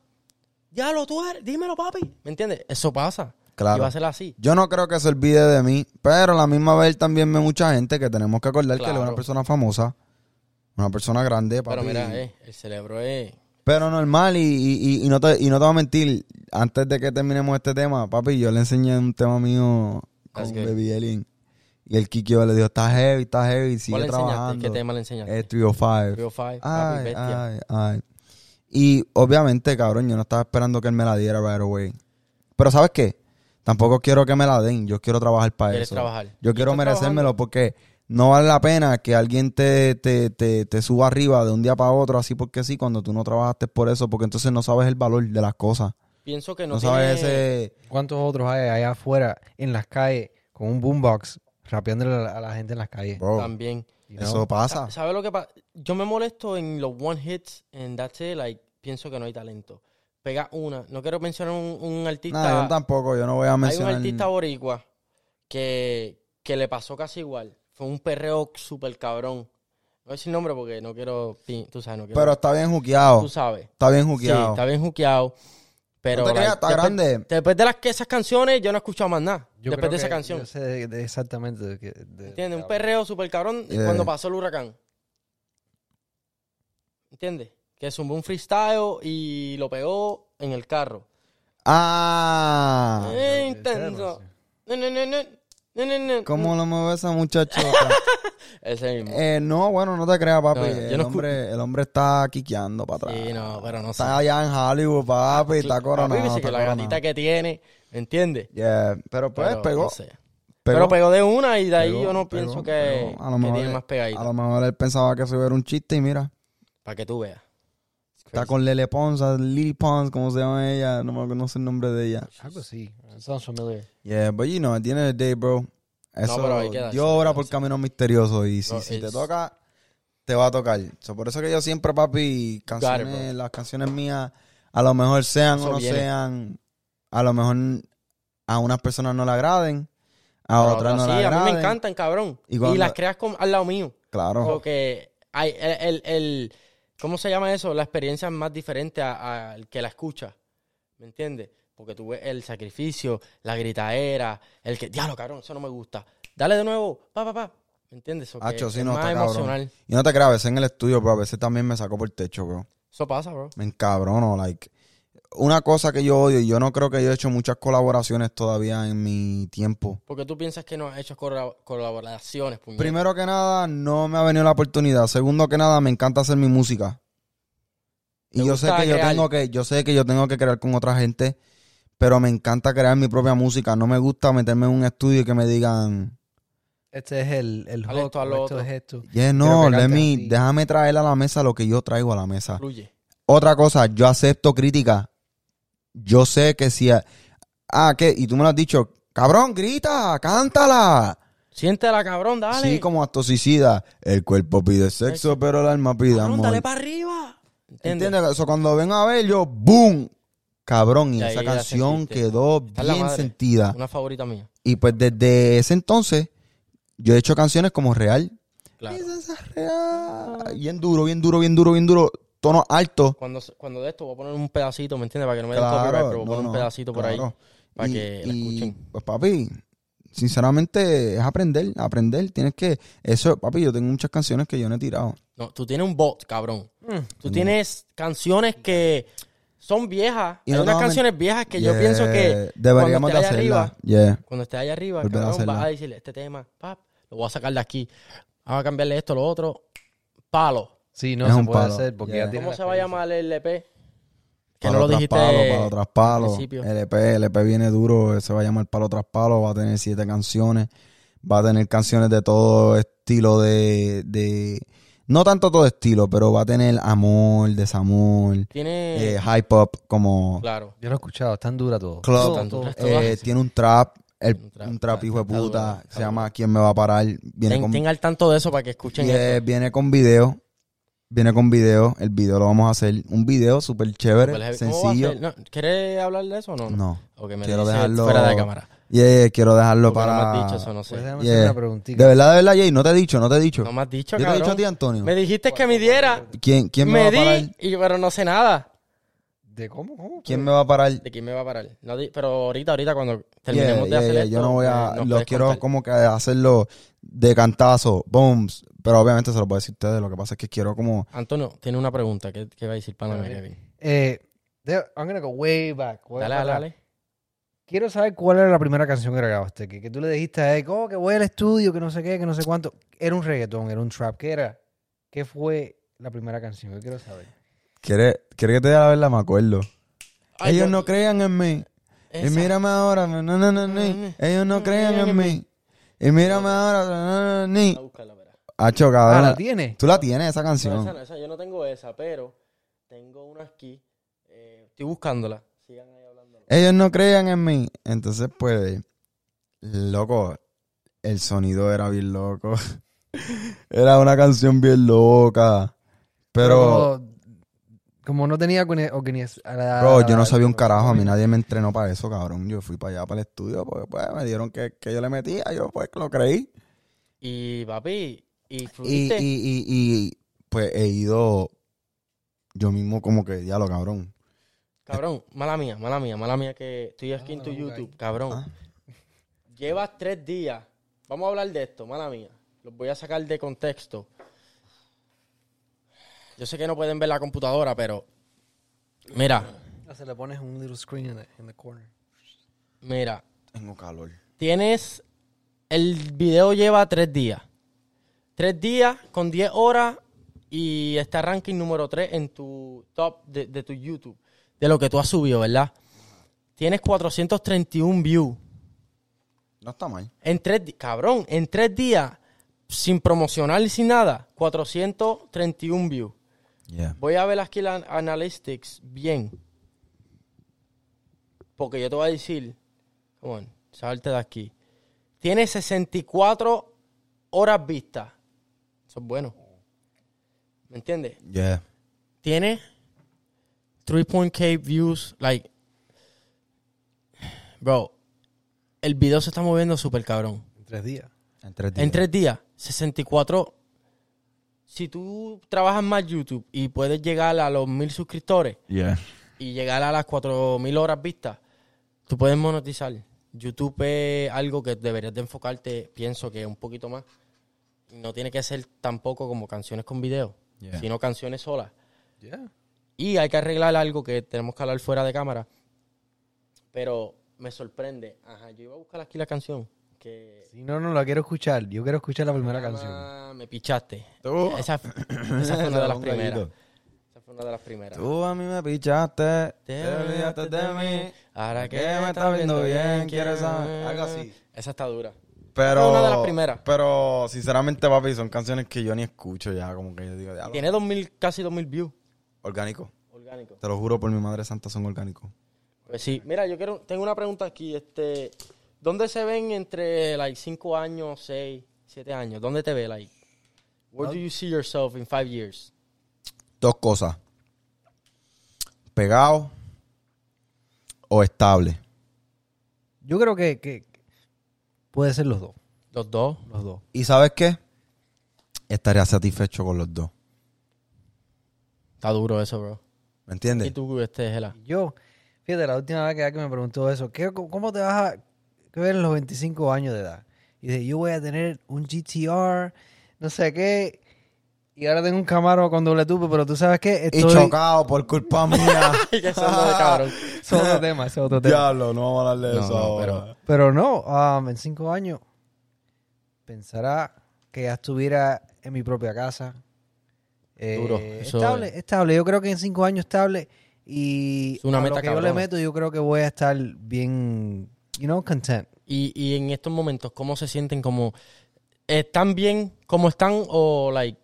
Speaker 1: ya lo tú eres, dímelo, papi. ¿Me entiendes? Eso pasa.
Speaker 2: Claro.
Speaker 1: Y va a ser así.
Speaker 2: Yo no creo que se olvide de mí, pero a la misma vez también ve mucha gente que tenemos que acordar que él es
Speaker 1: Claro.
Speaker 2: una persona famosa, una persona grande, papi.
Speaker 1: Pero mira, eh, el cerebro es.
Speaker 2: Pero normal, y, y- y- y no te, y no te voy a mentir, antes de que terminemos este tema, papi, yo le enseñé un tema mío con
Speaker 1: That's good.
Speaker 2: Baby Alien. Y el Kikio le dijo, está heavy, está heavy, sigue
Speaker 1: ¿Cuál le enseñaste?
Speaker 2: trabajando.
Speaker 1: ¿Qué tema le enseñaste?
Speaker 2: Es 305.
Speaker 1: Trio Five, papi,
Speaker 2: Ay,
Speaker 1: bestia.
Speaker 2: ay, ay. Y obviamente, cabrón, yo no estaba esperando que él me la diera right away. Pero ¿sabes qué? Tampoco quiero que me la den. Yo quiero trabajar para
Speaker 1: Quieres
Speaker 2: eso.
Speaker 1: trabajar.
Speaker 2: Yo
Speaker 1: Y
Speaker 2: quiero
Speaker 1: estás
Speaker 2: merecérmelo porque no vale la pena que alguien te, te, te, te suba arriba de un día para otro así porque sí, cuando tú no trabajaste por eso, porque entonces no sabes el valor de las cosas.
Speaker 1: Pienso que
Speaker 2: No,
Speaker 1: no, tiene-
Speaker 2: sabes ese...
Speaker 3: ¿Cuántos otros hay allá afuera en las calles con un boombox rapeándole a la, a la gente en las calles?
Speaker 2: Bro,
Speaker 1: También.
Speaker 3: you know?
Speaker 2: eso pasa.
Speaker 1: ¿Sabes lo que pasa? Yo me molesto en los one hits and that's it. Like, pienso que no hay talento. Pega una. No quiero mencionar un, un artista.
Speaker 2: Nada, yo tampoco, yo no voy a
Speaker 1: hay un
Speaker 2: mencionar...
Speaker 1: artista boricua que, que le pasó casi igual. Fue un perreo súper cabrón. No voy a decir nombre porque no quiero. pi- Tú sabes, no quiero.
Speaker 2: Pero está bien juqueado.
Speaker 1: tú sabes.
Speaker 2: Está bien
Speaker 1: Sí,
Speaker 2: juqueado.
Speaker 1: está bien juqueado. Pero.
Speaker 2: No te creas, está
Speaker 1: después-
Speaker 2: grande.
Speaker 1: Después de las, que esas canciones, yo no he escuchado más nada.
Speaker 3: Yo
Speaker 1: después
Speaker 3: creo
Speaker 1: de esa
Speaker 3: que
Speaker 1: canción.
Speaker 3: yo sé de- de exactamente de qué- de-
Speaker 2: Eh,
Speaker 1: ¿Entiendes? Un
Speaker 3: de-
Speaker 1: perreo súper cabrón
Speaker 2: Yeah.
Speaker 1: cuando pasó el huracán. ¿Entiendes? Que zumbó un freestyle y lo pegó en el carro.
Speaker 2: Ah.
Speaker 1: Eh,
Speaker 3: de- de- de-
Speaker 1: intenso. No, no, no, no. No, no, no.
Speaker 2: ¿Cómo lo mueve esa muchacha?
Speaker 1: Ese mismo.
Speaker 2: Eh, no, bueno, no te creas, papi.
Speaker 1: No, yo no
Speaker 2: el,
Speaker 1: escu-
Speaker 2: hombre, el hombre está quiqueando para atrás.
Speaker 1: Sí, no, pero no sé.
Speaker 2: Está allá en Hollywood, papi. Está coronado.
Speaker 1: Ah, pues, Papi, dice
Speaker 2: está
Speaker 1: que la
Speaker 2: coronado.
Speaker 1: gatita que tiene, ¿me entiendes?
Speaker 2: Yeah, Pero pues
Speaker 1: Pero,
Speaker 2: pegó,
Speaker 1: no sé.
Speaker 2: pegó.
Speaker 1: Pero pegó de una y de ahí
Speaker 2: Pegó,
Speaker 1: yo no
Speaker 2: pegó,
Speaker 1: pienso que,
Speaker 2: pegó. A lo
Speaker 1: que
Speaker 2: mejor
Speaker 1: tiene
Speaker 2: él-
Speaker 1: más
Speaker 2: A
Speaker 1: pegadita.
Speaker 2: lo mejor él pensaba que eso iba a ser un chiste y mira.
Speaker 1: Para que tú veas.
Speaker 2: Está
Speaker 1: Crazy.
Speaker 2: con Lele Pons, Lily Pons, como se llama ella. No me conoce el nombre de ella.
Speaker 3: Algo así.
Speaker 1: Sounds familiar.
Speaker 2: Yeah, but you know, at the end of the day, bro. Eso
Speaker 1: pero hay que darse,
Speaker 2: Dios
Speaker 1: hay que
Speaker 2: obra por
Speaker 1: darse.
Speaker 2: caminos misteriosos y si,
Speaker 1: No,
Speaker 2: si te
Speaker 1: it's-
Speaker 2: toca, te va a tocar. So, por eso que yo siempre, papi, canciones,
Speaker 1: bro.
Speaker 2: las canciones mías, a lo mejor sean o
Speaker 1: Eso
Speaker 2: no
Speaker 1: viene.
Speaker 2: sean, a lo mejor a unas personas no le agraden, a
Speaker 1: Pero
Speaker 2: otras no
Speaker 1: sí,
Speaker 2: le
Speaker 1: a
Speaker 2: agraden.
Speaker 1: mí me encantan, cabrón.
Speaker 2: Y
Speaker 1: Y,
Speaker 2: cuando-
Speaker 1: las creas con- al lado mío.
Speaker 2: Claro.
Speaker 1: Porque hay el, el- el- ¿Cómo se llama eso? La experiencia es más diferente a- a- al que la escucha. ¿Me entiendes? Porque tú ves el sacrificio, la gritaera, el que, diablo, cabrón, eso no me gusta. Dale de nuevo, pa, pa, pa. ¿Me entiendes? Eso que
Speaker 2: Hacho, sí,
Speaker 1: es
Speaker 2: no,
Speaker 1: más
Speaker 2: está cabrón.
Speaker 1: emocional.
Speaker 2: Y no te creas, a veces en el estudio, pero a veces también me saco por el techo, bro.
Speaker 1: Eso pasa, bro.
Speaker 2: Me encabrono, like. Una cosa que yo odio, y yo no creo que yo he hecho muchas colaboraciones todavía en mi tiempo.
Speaker 1: Porque tú piensas que no has hecho corra- colaboraciones, puñeta.
Speaker 2: Primero que nada, no me ha venido la oportunidad. Segundo que nada, me encanta hacer mi música. Y
Speaker 1: ¿Te
Speaker 2: yo sé
Speaker 1: gusta
Speaker 2: que yo
Speaker 1: crear?
Speaker 2: tengo que, yo sé que yo tengo que crear con otra gente, pero me encanta crear mi propia música. No me gusta meterme en un estudio y que me digan,
Speaker 3: Este es el, el
Speaker 1: Dale
Speaker 3: hook,
Speaker 1: esto al
Speaker 3: o esto
Speaker 1: otro.
Speaker 3: es esto.
Speaker 2: yeah,
Speaker 3: Quiero
Speaker 2: no,
Speaker 3: que
Speaker 2: let
Speaker 3: cantes
Speaker 2: me-
Speaker 3: así".
Speaker 2: déjame traer a la mesa lo que yo traigo a la mesa.
Speaker 1: Fluye.
Speaker 2: Otra cosa, yo acepto crítica. Yo sé que si, a- ah, que, y tú me lo has dicho, cabrón, grita, cántala.
Speaker 1: Siéntela, cabrón, dale.
Speaker 2: Sí, como suicida. El cuerpo pide sexo, pero el alma pide
Speaker 1: Cabrón,
Speaker 2: amor.
Speaker 1: dale para arriba. ¿Entiendes?
Speaker 2: ¿Entiendes? Eso cuando ven a ver, yo, ¡boom! Cabrón, y
Speaker 1: Ya,
Speaker 2: esa
Speaker 1: ahí la
Speaker 2: canción
Speaker 1: sentiste.
Speaker 2: quedó
Speaker 1: Está en la
Speaker 2: bien
Speaker 1: madre.
Speaker 2: sentida.
Speaker 1: Una favorita mía.
Speaker 2: Y pues desde ese entonces, yo he hecho canciones como Real.
Speaker 1: Claro.
Speaker 2: Esa es real. Bien duro, bien duro, bien duro, bien duro. Tono alto.
Speaker 1: Cuando, cuando de esto voy a poner un pedacito, ¿me entiendes? Para que no me den copyright,
Speaker 2: Claro,
Speaker 1: pero voy a
Speaker 2: no,
Speaker 1: poner
Speaker 2: no,
Speaker 1: un pedacito por ahí
Speaker 2: claro.
Speaker 1: para
Speaker 2: Y-
Speaker 1: que la
Speaker 2: y,
Speaker 1: escuchen.
Speaker 2: Pues papi, sinceramente es aprender, aprender. Tienes que, eso, papi, yo tengo muchas canciones que yo no he tirado.
Speaker 1: No, tú tienes un bot, cabrón. Tú
Speaker 2: Mm.
Speaker 1: tienes canciones que son viejas.
Speaker 2: Y
Speaker 1: Hay
Speaker 2: no
Speaker 1: unas
Speaker 2: te voy a
Speaker 1: canciones viejas que yo
Speaker 2: Yeah,
Speaker 1: pienso que
Speaker 2: deberíamos de
Speaker 1: cuando esté allá
Speaker 2: hacerla.
Speaker 1: arriba-
Speaker 2: Yeah.
Speaker 1: cuando esté allá arriba,
Speaker 2: Volver a
Speaker 1: cabrón, vas
Speaker 2: hacerla.
Speaker 1: a decirle este tema, pap, lo voy a sacar de aquí. Vamos a cambiarle esto, lo otro. Palo.
Speaker 3: Sí, no
Speaker 2: Es
Speaker 3: se
Speaker 2: un
Speaker 3: puede
Speaker 2: palo.
Speaker 3: hacer porque
Speaker 2: Yeah.
Speaker 3: ya tiene
Speaker 1: ¿Cómo
Speaker 3: la
Speaker 1: se va a
Speaker 3: experiencia.
Speaker 1: llamar el LP? Que
Speaker 2: Palo
Speaker 1: no lo
Speaker 2: tras
Speaker 1: dijiste.
Speaker 2: palo, palo tras palo. E
Speaker 1: al principio.
Speaker 2: LP, LP viene duro, se va a llamar palo tras palo, va a tener siete canciones, va a tener canciones de todo estilo de, de- no tanto todo estilo, pero va a tener amor, desamor,
Speaker 1: Tiene.
Speaker 2: eh, high pop como
Speaker 1: claro.
Speaker 3: Yo lo he escuchado, es tan dura todo.
Speaker 2: club,
Speaker 1: Tan duro.
Speaker 2: eh, tiene un trap, el- un
Speaker 1: Un
Speaker 2: trap,
Speaker 1: trap,
Speaker 2: hijo de
Speaker 1: está duro,
Speaker 2: puta,
Speaker 1: está
Speaker 2: se llama ¿Quién me va a parar? Viene
Speaker 1: Ten,
Speaker 2: con
Speaker 1: ten al tanto de eso para que escuchen
Speaker 2: y, eh,
Speaker 1: esto.
Speaker 2: viene con video. Viene con video. El video lo vamos a hacer. Un video súper chévere,
Speaker 1: Super heavy. Pues, ¿Cómo va a
Speaker 2: sencillo.
Speaker 1: ser? No, ¿Quieres hablar de eso o no?
Speaker 2: No.
Speaker 1: Ok, me lo
Speaker 2: Quiero
Speaker 1: dices
Speaker 2: dejarlo-
Speaker 1: fuera de cámara.
Speaker 2: Yeah, yeah, eh, quiero dejarlo
Speaker 1: Porque
Speaker 2: para.
Speaker 1: No me has dicho eso, no sé.
Speaker 3: Pues déjame
Speaker 2: Yeah.
Speaker 3: hacer una preguntita.
Speaker 2: De verdad, de verdad, Jay, no te he dicho, no te he dicho.
Speaker 1: No me has dicho,
Speaker 2: Yo te he dicho a
Speaker 1: cabrón.
Speaker 2: ti, Antonio.
Speaker 1: Me dijiste que me diera.
Speaker 2: ¿Quién, quién me,
Speaker 1: me
Speaker 2: va a parar?
Speaker 1: di, y, pero no sé nada.
Speaker 3: De, ¿De cómo? ¿Cómo?
Speaker 2: ¿Quién me va a parar?
Speaker 1: ¿De quién me va a parar? No di- pero ahorita, ahorita, cuando
Speaker 2: Yeah,
Speaker 1: terminemos
Speaker 2: yeah,
Speaker 1: de hacer
Speaker 2: yeah,
Speaker 1: esto,
Speaker 2: Yo no voy
Speaker 1: eh,
Speaker 2: a.
Speaker 1: nos
Speaker 2: los
Speaker 1: puedes
Speaker 2: quiero
Speaker 1: contar.
Speaker 2: como que hacerlo de cantazo, booms. Pero obviamente se lo puedo decir a ustedes. Lo que pasa es que quiero como.
Speaker 1: Antonio, tiene una pregunta. ¿Qué, qué va a decir para
Speaker 3: Dale.
Speaker 1: Kevin?
Speaker 3: Eh, de- I'm gonna go way back. way
Speaker 1: Dale,
Speaker 3: back.
Speaker 1: dale, dale.
Speaker 3: Quiero saber cuál era la primera canción que grabaste. Que, que tú le dijiste a Eck, oh, que voy al estudio, que no sé qué, que no sé cuánto. Era un reggaetón, era un trap. ¿Qué era? ¿Qué fue la primera canción? Yo quiero saber.
Speaker 2: ¿Quiere, quiere que te dé la verdad? Me acuerdo.
Speaker 1: Ay,
Speaker 2: Ellos
Speaker 1: yo-
Speaker 2: no crean en mí. Y
Speaker 1: esa.
Speaker 2: mírame ahora. na, na, na, na, ni. Ellos no crean en mí. Y mírame ahora. na, na, na, ni.
Speaker 1: A buscarla, verá.
Speaker 2: Hacho,
Speaker 3: Ah,
Speaker 2: cabrón.
Speaker 3: ¿la tienes?
Speaker 2: Tú la tienes,
Speaker 1: No,
Speaker 2: esa
Speaker 1: esa
Speaker 2: canción.
Speaker 1: no, esa yo no tengo esa, pero tengo una aquí. eh, estoy buscándola. Sigan ahí hablando.
Speaker 2: Ellos no crean en mí. Entonces, pues, loco, el sonido era bien loco. era una canción bien loca. Pero,
Speaker 3: como, como no tenía cone- o que ni es- a la-
Speaker 2: bro, yo no sabía un carajo. A mí nadie me entrenó para eso, cabrón. Yo fui para allá, para el estudio, porque pues, me dieron que, que yo le metía. Yo, pues, lo creí.
Speaker 1: Y papi, y
Speaker 2: Y,
Speaker 1: fluiste.
Speaker 2: y- y- y, pues, he ido yo mismo como que, diablo, cabrón.
Speaker 1: Cabrón, mala mía, mala mía, mala mía que estoy aquí en
Speaker 3: Ah,
Speaker 1: tu
Speaker 3: ok.
Speaker 1: YouTube, cabrón.
Speaker 2: Ah.
Speaker 1: Llevas tres días. Vamos a hablar de esto, mala mía. Los voy a sacar de contexto. Yo sé que no pueden ver la computadora, pero. Mira,
Speaker 3: Se le pones un little screen in the, in the corner.
Speaker 1: mira.
Speaker 2: Tengo calor.
Speaker 1: Tienes. El video lleva tres días. Tres días con 10 horas y está ranking número 3 en tu top de, de tu YouTube. De lo que tú has subido, ¿verdad? Tienes 431 views.
Speaker 2: No está mal.
Speaker 1: En tres di- Cabrón, en tres días, sin promocionar y sin nada, 431 views.
Speaker 2: Yeah.
Speaker 1: Voy a ver aquí la analytics bien. Porque yo te voy a decir, come on, salte de aquí. Tiene 64 horas vistas. Eso es bueno. ¿Me entiendes?
Speaker 2: Yeah.
Speaker 1: Tiene 3.k views, like... Bro, el video se está moviendo súper cabrón.
Speaker 3: En tres días.
Speaker 2: En tres días.
Speaker 1: En tres días, 64. Si tú trabajas más YouTube y puedes llegar a los mil suscriptores
Speaker 2: Yeah.
Speaker 1: y llegar a las cuatro mil horas vistas, tú puedes monetizar. YouTube es algo que deberías de enfocarte, pienso que un poquito más. No tiene que ser tampoco como canciones con video,
Speaker 2: Yeah.
Speaker 1: sino canciones solas.
Speaker 3: Yeah.
Speaker 1: Y hay que arreglar algo que tenemos que hablar fuera de cámara. Pero me sorprende. Ajá, yo iba a buscar aquí la canción. Que
Speaker 3: Si no, no la quiero escuchar. Yo quiero escuchar la primera canción.
Speaker 1: Ah, Me pichaste.
Speaker 2: Tú.
Speaker 1: Esa, fu- esa fue una de las primeras. Esa fue una de las primeras.
Speaker 2: Tú a mí me pichaste, te olvidaste de mí.
Speaker 1: Ahora que
Speaker 2: que me estás viendo bien, quieres saber. Algo así.
Speaker 1: Esa está dura.
Speaker 2: Pero,
Speaker 1: Una de las primeras.
Speaker 2: pero sinceramente, papi, son canciones que yo ni escucho ya, como que yo digo, diablo.
Speaker 1: Tiene 2000, casi 2000 views.
Speaker 2: Orgánico.
Speaker 1: Orgánico.
Speaker 2: Te lo juro por mi madre santa, son orgánicos.
Speaker 1: Pues sí, mira, yo quiero, tengo una pregunta aquí. Este, ¿Dónde se ven entre, like, 5 años, 6, 7 años? ¿Dónde te ve, like? Where do you see yourself in 5 years?
Speaker 2: Dos cosas. Pegado o estable.
Speaker 3: Yo creo que, que que puede ser los dos.
Speaker 1: Los dos.
Speaker 3: Los dos.
Speaker 2: ¿Y sabes qué? Estaría satisfecho con los dos.
Speaker 1: Está duro eso, bro. ¿Y
Speaker 2: ¿Me entiendes?
Speaker 1: tú, este, Gela?
Speaker 3: Yo, fíjate, la última vez que alguien me preguntó eso, ¿qué, ¿cómo te vas a qué ver en los 25 años de edad? Y dije, yo voy a tener un GTR, no sé qué, y ahora tengo un Camaro con doble tubo, pero tú sabes qué,
Speaker 2: Y chocado por culpa mía.
Speaker 1: que son de cabrón.
Speaker 3: Es otro tema, es otro tema.
Speaker 2: Diablo, no vamos a hablar de
Speaker 1: No,
Speaker 2: eso
Speaker 1: no,
Speaker 2: ahora.
Speaker 1: pero-
Speaker 3: Pero no, um, en cinco años pensará que ya estuviera en mi propia casa. Eh,
Speaker 1: Duro, eso-
Speaker 3: Estable, estable. Yo creo que en cinco años estable y
Speaker 1: Es una
Speaker 3: a
Speaker 1: meta
Speaker 3: lo que yo le
Speaker 1: cabrona.
Speaker 3: meto, yo creo que voy a estar bien, you know, content.
Speaker 1: Y, y en estos momentos, ¿cómo se sienten? Como, ¿Están bien como están? O, like,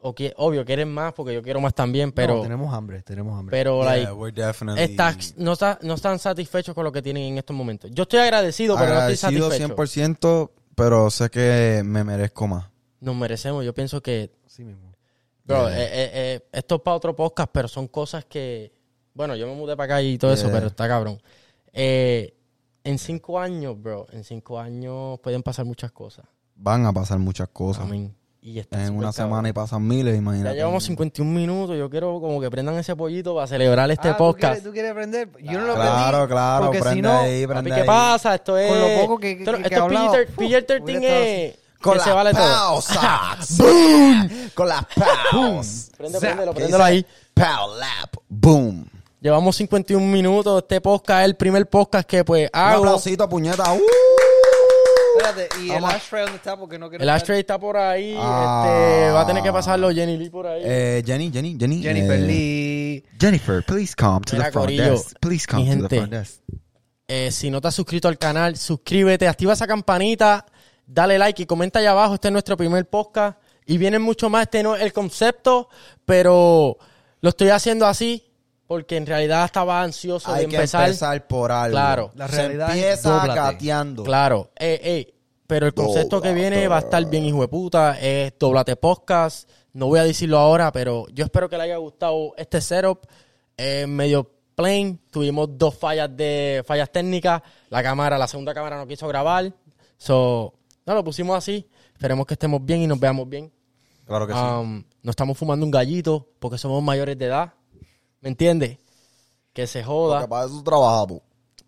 Speaker 1: o que, obvio, quieren más porque yo quiero más también, pero,
Speaker 3: No, tenemos hambre, tenemos hambre.
Speaker 1: pero
Speaker 2: Yeah,
Speaker 1: like,
Speaker 2: we're definitely-
Speaker 1: estás- no, está- no están satisfechos con lo que tienen en estos momentos. Yo estoy agradecido, pero no
Speaker 2: agradecido
Speaker 1: estoy satisfecho.
Speaker 2: 100%, pero sé que me merezco más.
Speaker 1: Nos merecemos, yo pienso que,
Speaker 3: Así mismo.
Speaker 1: bro, eh, eh, eh, esto es para otro podcast, pero son cosas que, bueno, yo me mudé para acá y todo eso,
Speaker 2: Yeah.
Speaker 1: pero está cabrón. Eh, en cinco años, bro, en cinco años pueden pasar muchas cosas.
Speaker 2: Van a pasar muchas cosas.
Speaker 1: Amén. Y está
Speaker 2: En
Speaker 1: súper cabrón.
Speaker 2: una semana y pasan miles,
Speaker 1: Ya
Speaker 2: imagínate.
Speaker 1: llevamos 51 minutos. Yo quiero como que prendan ese pollito para celebrar este
Speaker 3: Ah, ¿tú quieres-
Speaker 1: podcast.
Speaker 3: ¿Tú quieres aprender? Yo no lo aprendí.
Speaker 2: Claro, claro,
Speaker 3: porque
Speaker 2: prende
Speaker 3: si no,
Speaker 2: ahí,
Speaker 1: Papi,
Speaker 2: prende
Speaker 1: ¿qué
Speaker 2: ahí.
Speaker 1: pasa? Esto es.
Speaker 3: lo poco que- que-
Speaker 1: esto,
Speaker 3: que
Speaker 1: esto
Speaker 3: he hablado.
Speaker 1: es PG-13.
Speaker 3: Uf,
Speaker 1: PG-13
Speaker 3: hubiera
Speaker 1: es.
Speaker 2: Con
Speaker 1: que
Speaker 2: las
Speaker 1: se vale todo.
Speaker 2: pausas. ¡Boom! Con las pausas.
Speaker 1: Prende, préndelo,
Speaker 2: ¿Qué
Speaker 1: préndelo
Speaker 2: dice?
Speaker 1: ahí.
Speaker 2: Pow, lap. Boom.
Speaker 1: Llevamos 51 minutos. Este podcast es el primer podcast que pues
Speaker 2: Un
Speaker 1: hago.
Speaker 2: aplausito, puñeta. ¡Uh!
Speaker 3: Espérate, ¿y el
Speaker 2: Vamos.
Speaker 3: ashtray dónde está? Porque no quiero...
Speaker 1: El ashtray está por ahí.
Speaker 2: Ah.
Speaker 1: Este, va a tener que pasarlo Jenny Lee por ahí.
Speaker 2: Eh, Jenny, Jenny, Jenny.
Speaker 3: Jennifer
Speaker 2: eh,
Speaker 3: Lee.
Speaker 2: Jennifer, please come to
Speaker 1: Mira,
Speaker 2: the front
Speaker 1: corillo,
Speaker 2: desk. Please come
Speaker 1: mi
Speaker 2: to the
Speaker 1: gente.
Speaker 2: front desk.
Speaker 1: Eh, si no te has suscrito al canal, suscríbete, activa esa campanita, dale like y comenta allá abajo. Este es nuestro primer podcast. Y vienen mucho más. Este no es el concepto, pero lo estoy haciendo así porque en realidad estaba ansioso
Speaker 2: Hay
Speaker 1: de
Speaker 2: que
Speaker 1: empezar.
Speaker 2: empezar por algo.
Speaker 1: Claro.
Speaker 3: La
Speaker 2: Se
Speaker 3: realidad es
Speaker 2: empieza
Speaker 3: dóblate.
Speaker 2: gateando.
Speaker 1: Claro. Eh, eh, pero el concepto que viene va a estar bien, hijo de puta. Es doblate podcast. No voy a decirlo ahora, pero yo espero que le haya gustado este setup. Eh, medio plain. Tuvimos dos fallas de fallas técnicas. La cámara, la segunda cámara no quiso grabar. So, no, lo pusimos así. Esperemos que estemos bien y nos veamos bien.
Speaker 2: Claro que sí.
Speaker 1: Um, no estamos fumando un gallito porque somos mayores de edad. ¿Me entiendes? Que se
Speaker 2: Lo
Speaker 1: joda.
Speaker 2: que pasa es su trabajo, pues. pu.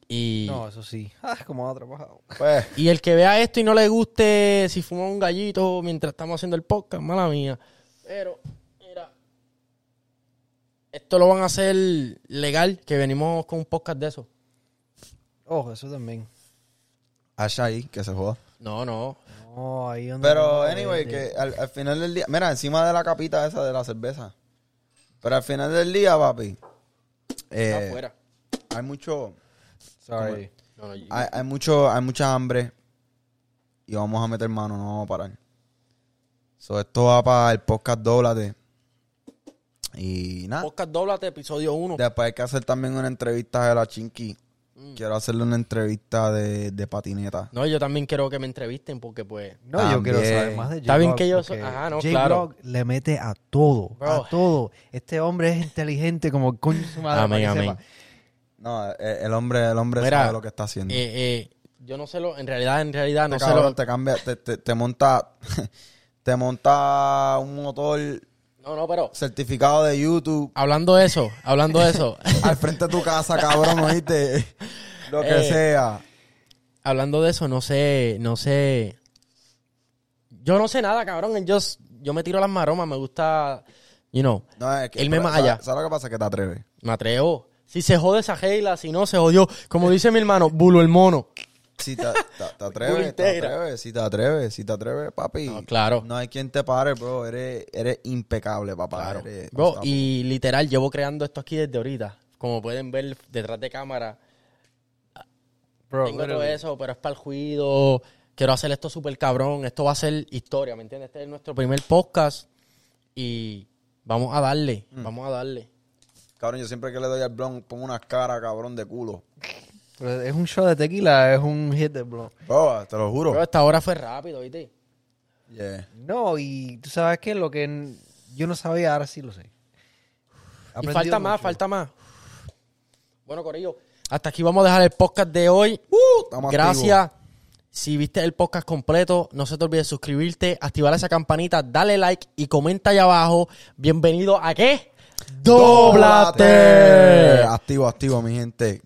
Speaker 1: Y...
Speaker 3: No, eso sí. Ah, cómo ha trabajado.
Speaker 2: Pues,
Speaker 1: Y el que vea esto y no le guste si fuma un gallito mientras estamos haciendo el podcast, mala mía. Pero, mira, esto lo van a hacer legal, que venimos con un podcast de eso.
Speaker 3: Ojo, eso también.
Speaker 2: allá ahí, que se joda.
Speaker 1: No, no.
Speaker 3: No, ahí donde...
Speaker 2: Pero,
Speaker 3: no,
Speaker 2: anyway,
Speaker 3: vete.
Speaker 2: que al, al final del día... Mira, encima de la capita esa de la cerveza. Pero al final del día, papi...
Speaker 1: Está
Speaker 2: eh,
Speaker 1: afuera.
Speaker 2: hay mucho...
Speaker 3: Sorry.
Speaker 1: No, no,
Speaker 2: Hay, hay mucho... Hay mucha hambre. Y vamos a meter mano, no vamos a parar. So, esto va para el podcast Dóblate. Y nada.
Speaker 1: Podcast doblate, episodio 1.
Speaker 2: Después hay que hacer también una entrevista de la Chinky.
Speaker 1: Mm.
Speaker 2: Quiero hacerle una entrevista de, de patineta.
Speaker 1: No, yo también quiero que me entrevisten porque, pues,
Speaker 3: No, yo
Speaker 2: También.
Speaker 3: quiero saber más de
Speaker 1: Está bien
Speaker 3: J-Rock,
Speaker 1: que yo
Speaker 3: porque
Speaker 1: soy- ajá, no,
Speaker 3: J-Rock
Speaker 1: claro.
Speaker 3: le mete a todo,
Speaker 1: Bro.
Speaker 3: a todo. Este hombre es inteligente como el coño de su madre.
Speaker 1: Amén,
Speaker 3: para que
Speaker 1: amén.
Speaker 3: sepa.
Speaker 2: No, eh, el hombre, el hombre
Speaker 1: Mira,
Speaker 2: sabe lo que está haciendo.
Speaker 1: eh, eh, yo no sé lo, en realidad, en realidad, no
Speaker 2: Este
Speaker 1: sé lo.
Speaker 2: cabrón te cambia, te, te- te monta, te monta un motor
Speaker 1: No, no, pero
Speaker 2: certificado de YouTube
Speaker 1: hablando de eso, hablando de eso.
Speaker 2: al frente de tu casa, cabrón, oíste. Lo que
Speaker 1: Eh.
Speaker 2: sea.
Speaker 1: hablando de eso, no sé, no sé. Yo no sé nada, cabrón. Yo, yo me tiro las maromas, me gusta, you know,
Speaker 2: No, es que,
Speaker 1: Él me
Speaker 2: pero,
Speaker 1: malla.
Speaker 2: ¿sabes- ¿Sabes lo que pasa? Que te atreves.
Speaker 1: me atrevo. Si se jode esa gela, si no, se jodió.
Speaker 2: Eh.
Speaker 1: Como dice mi hermano, bulo el mono.
Speaker 2: Si te, te- te atreves, te
Speaker 1: integra.
Speaker 2: atreves, si te atreves, si te atreves, papi.
Speaker 1: No, claro.
Speaker 2: No hay quien te pare, bro. Eres, eres impecable, papá.
Speaker 1: Claro.
Speaker 2: Eres-
Speaker 1: Bro,
Speaker 2: Eh, no,
Speaker 1: y literal, llevo creando esto aquí desde ahorita. Como pueden ver detrás de cámara,
Speaker 3: Bro,
Speaker 1: tengo todo
Speaker 3: literally.
Speaker 1: eso, pero es para el juido. Quiero hacer esto súper cabrón. Esto va a ser historia, ¿me entiendes? Este es nuestro primer podcast y vamos a darle,
Speaker 2: Mm.
Speaker 1: vamos a darle.
Speaker 2: Cabrón, yo siempre que le doy al blon pongo una cara, cabrón, de culo.
Speaker 3: Pero es un show de tequila, es un hit de bro.
Speaker 2: Bro, te lo juro.
Speaker 1: Pero esta hora fue rápido, ¿viste?
Speaker 2: Yeah.
Speaker 3: No, y tú sabes que lo que n- yo no sabía, ahora sí lo sé.
Speaker 1: Y
Speaker 3: Aprendido
Speaker 1: falta más,
Speaker 3: mucho.
Speaker 1: falta más. Bueno, Corillo, hasta aquí vamos a dejar el podcast de hoy.
Speaker 3: Uh,
Speaker 2: estamos
Speaker 1: Gracias. Si viste el podcast completo, no se te olvide suscribirte, activar esa campanita, dale like y comenta allá abajo. Bienvenido a qué?
Speaker 2: Activo, activo, mi gente.